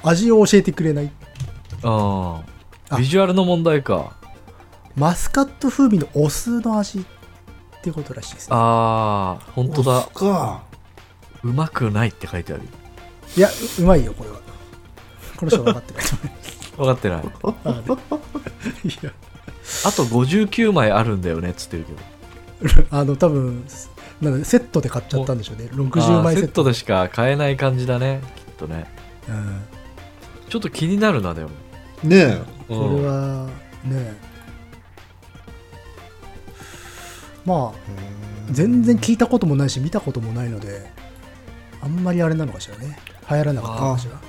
Speaker 2: 味を教えてくれない
Speaker 1: ああ
Speaker 2: あ
Speaker 1: ビジュアルの問題か
Speaker 2: マスカット風味のお酢の味ってことらしいです、ね、
Speaker 1: ああ本当
Speaker 3: お
Speaker 1: だ
Speaker 3: 酢か
Speaker 1: うまくないって書いてある
Speaker 2: いやううまいよこれはこの人は分かってないと
Speaker 1: 分かってない
Speaker 2: 思う いや
Speaker 1: あと59枚あるんだよねっつってるけど
Speaker 2: あの多分なんだセットで買っちゃったんでしょうね60
Speaker 1: あー
Speaker 2: 枚
Speaker 1: セ
Speaker 2: セ
Speaker 1: ッ
Speaker 2: ット
Speaker 1: トでしか買えない感じだねきっとね
Speaker 2: うん
Speaker 1: ちょっと気になるなでも、
Speaker 3: ねえ
Speaker 1: うん
Speaker 2: これはねまあ全然聞いたこともないし見たこともないのであんまりあれなのかしらね流行らなかったのかしら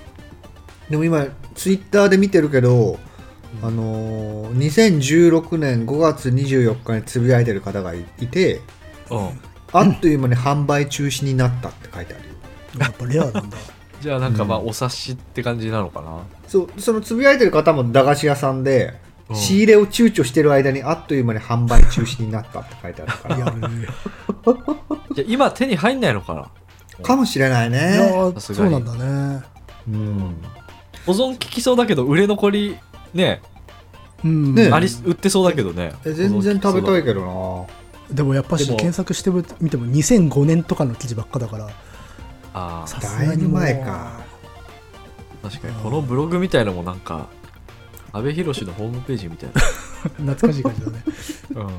Speaker 3: でも今ツイッターで見てるけど、あのー2016年5月24日につぶやいてる方がいいて
Speaker 1: うん
Speaker 3: あっという間に販売中止になったって書いてあるよ
Speaker 2: やっぱレアなんだ
Speaker 1: じゃあなんかまあお察しって感じなのかな、
Speaker 3: そうそのつぶやいてる方も駄菓子屋さんで、
Speaker 1: うん
Speaker 3: 仕入れを躊躇してる間にあっという間に販売中止になったって書いてあ るか
Speaker 2: や
Speaker 3: ら
Speaker 2: るね
Speaker 1: じゃあ今手に入んないのかな
Speaker 3: かもしれない
Speaker 2: いや
Speaker 3: ね、
Speaker 2: ー
Speaker 1: さす
Speaker 2: そ
Speaker 1: が
Speaker 2: う
Speaker 1: に
Speaker 2: なんだね
Speaker 3: うん、
Speaker 1: 保存効きそうだけど売れ残りね
Speaker 2: うん
Speaker 3: ね
Speaker 1: あり売ってそうだけどね
Speaker 3: え全然食べたいけどな
Speaker 2: でもやっぱし
Speaker 1: でも
Speaker 2: 検索してみても2005年とかの記事ばっかだから
Speaker 1: ああ
Speaker 2: さす
Speaker 3: だ
Speaker 2: が
Speaker 3: い
Speaker 2: に
Speaker 3: ぶ
Speaker 2: もう
Speaker 3: 前か
Speaker 1: 確かにこのブログみたいのもなんか阿部寛のホームページみたい
Speaker 2: 懐かしい感じだね
Speaker 1: な、うん、
Speaker 2: あ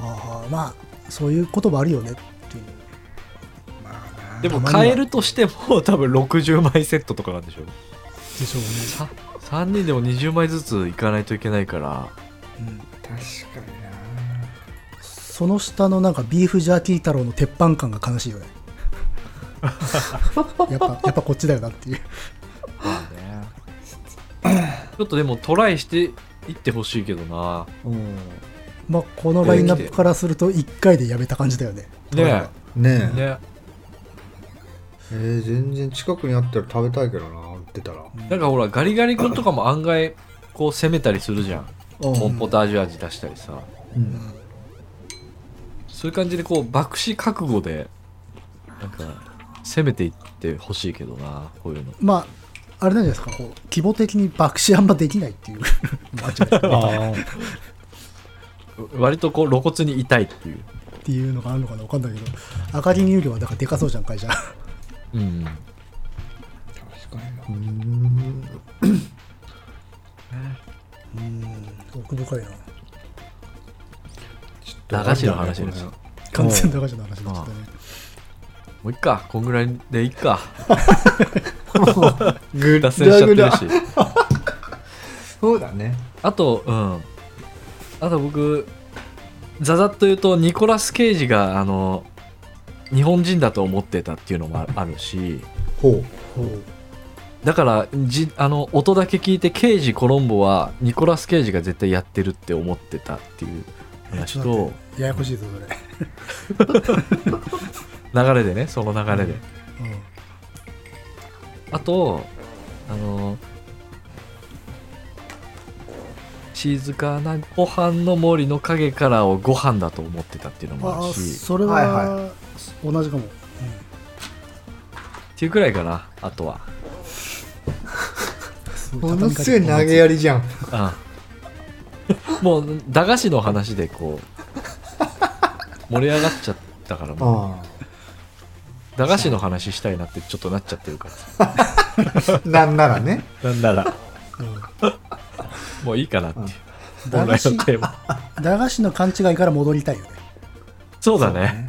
Speaker 2: あまあそういうこともあるよねっていう
Speaker 3: まあな
Speaker 1: でも
Speaker 2: たまには
Speaker 1: 買えるとしても多分60枚セットとかなんでしょ
Speaker 2: でしょうね
Speaker 1: さ3人でも20枚ずついかないといけないから
Speaker 2: うん
Speaker 3: 確かにな
Speaker 2: その下のなんかビーフジャーキー太郎の鉄板感が悲しい よねやっぱやっぱこっちだよなっていう
Speaker 1: ちょっとでもトライしていってほしいけどな
Speaker 3: うん
Speaker 2: まあこのラインナップからすると1回でやめた感じだよね
Speaker 1: ね
Speaker 3: ね
Speaker 1: え
Speaker 3: え
Speaker 1: ね
Speaker 3: えー全然近くにあったら食べたいけどな売ってたら
Speaker 1: なんかほらガリガリ君とかも案外こう攻めたりするじゃんコンポタージュ味出したりさ
Speaker 3: うん
Speaker 1: そういう感じでこう爆死覚悟でなんか攻めていってほしいけどなこういうの
Speaker 2: まああれなんじゃないですかこう規模的に爆死あんまできないっていう まあちょっと
Speaker 3: あ
Speaker 1: 割とこう露骨に痛いっていう
Speaker 2: っていうのがあるのかな分かんないけど赤木乳業はだからでかそうじゃん会社
Speaker 1: うん
Speaker 3: 確かにうん
Speaker 2: うん奥深いな
Speaker 3: ちょっと
Speaker 1: 駄菓子の話です
Speaker 3: わかんないね
Speaker 2: 完全高橋の話になっちゃったね
Speaker 1: もういっかこんぐらいでいっ か
Speaker 3: これグ
Speaker 1: 脱線しちゃってるし
Speaker 3: そうだね
Speaker 1: あと、うん。あと僕、ざざっと言うと、ニコラス・ケイジが、あの、日本人だと思ってたっていうのもああるし、
Speaker 3: ほ
Speaker 2: ほう
Speaker 1: だからじあの音だけ聞いてケイジ・コロンボはニコラス・ケイジが絶対やってるって思ってたっていう話
Speaker 2: ちょ
Speaker 1: と
Speaker 2: っとややこしいぞそれ、
Speaker 1: 流れでねその流れで、
Speaker 2: うん、
Speaker 1: ああとあの静かなご飯の森の影からをご飯だと思ってたっていうのもあ
Speaker 2: あ
Speaker 1: るし
Speaker 2: それ
Speaker 4: はい
Speaker 2: は
Speaker 4: は
Speaker 2: 同じかも、
Speaker 1: っていうくらいかなあとは
Speaker 2: うん
Speaker 3: ものすごい投げやりじゃん
Speaker 1: ああもう駄菓子の話でこう盛り上がっちゃったからもう
Speaker 3: あ
Speaker 1: 駄菓子の話したいなってちょっとなっちゃってるか
Speaker 3: あなんならね
Speaker 1: らなんならもういいかなっていう本
Speaker 2: 駄菓
Speaker 1: 来
Speaker 2: 子
Speaker 1: のテーマ
Speaker 2: 駄菓子の勘違いから戻りたいよね、
Speaker 1: そうだね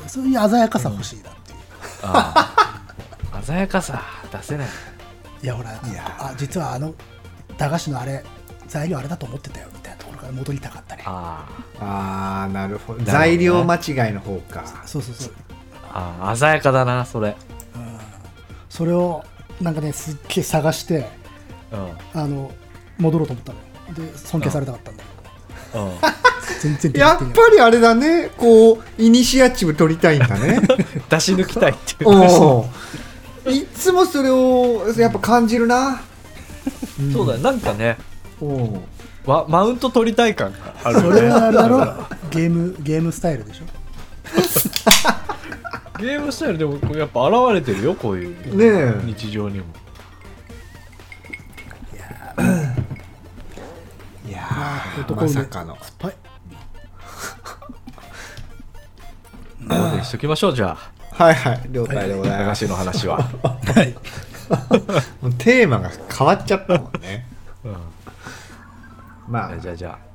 Speaker 2: うん、そういう鮮やかさ欲しいなっていう、
Speaker 1: ああ鮮やかさ出せない
Speaker 2: いやほら
Speaker 4: いや
Speaker 2: あ実はあの駄菓子のあれ材料あれだと思ってたよみたいなところから戻りたかったね
Speaker 1: あ
Speaker 3: ああなるほど
Speaker 1: ね
Speaker 3: 材料間違いの方か
Speaker 2: そうそうそう、
Speaker 1: あああ鮮やかだなそれ
Speaker 2: うん、それをなんかねすっげえ探して
Speaker 1: うんうん
Speaker 2: あの戻ろうと思ったのよで尊敬されたかったんだけど全然できて
Speaker 3: やっ
Speaker 2: ねえ
Speaker 3: ぱりあれだねこうイニシアチブ取りたいんだ ね
Speaker 1: 出し抜きたいっていう
Speaker 3: おおいつもそれをやっぱ感じるな
Speaker 1: そうだねなんかね
Speaker 3: おお
Speaker 1: わマウント取りたい感がある
Speaker 2: そ
Speaker 1: よ
Speaker 2: れはあ
Speaker 1: ね
Speaker 2: れだろゲームゲームスタイルでしょ
Speaker 1: ゲームスタイルでもこうやっぱ現れてるよこういう
Speaker 3: ねえ
Speaker 1: 日常にも
Speaker 3: いやー
Speaker 2: 男梅
Speaker 3: まさかの
Speaker 2: 酸っぱい
Speaker 1: ここまでしときましょうじゃあ
Speaker 3: はいはい了解でござい
Speaker 1: 駄
Speaker 3: ま
Speaker 1: 菓
Speaker 3: す
Speaker 1: 子の話は、
Speaker 3: もうテーマが変わっちゃったもんね
Speaker 1: うん
Speaker 3: まあ
Speaker 1: じゃあじゃあ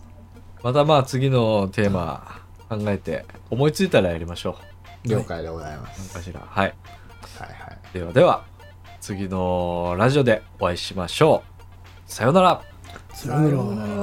Speaker 1: またまあ次のテーマ考えて思いついたらやりましょ
Speaker 3: 了解でござい
Speaker 1: う
Speaker 3: ま
Speaker 1: 何
Speaker 3: す
Speaker 1: かしらはい
Speaker 3: はいはい
Speaker 1: ではでは次のラジオでお会いしましょうさようなら
Speaker 2: それは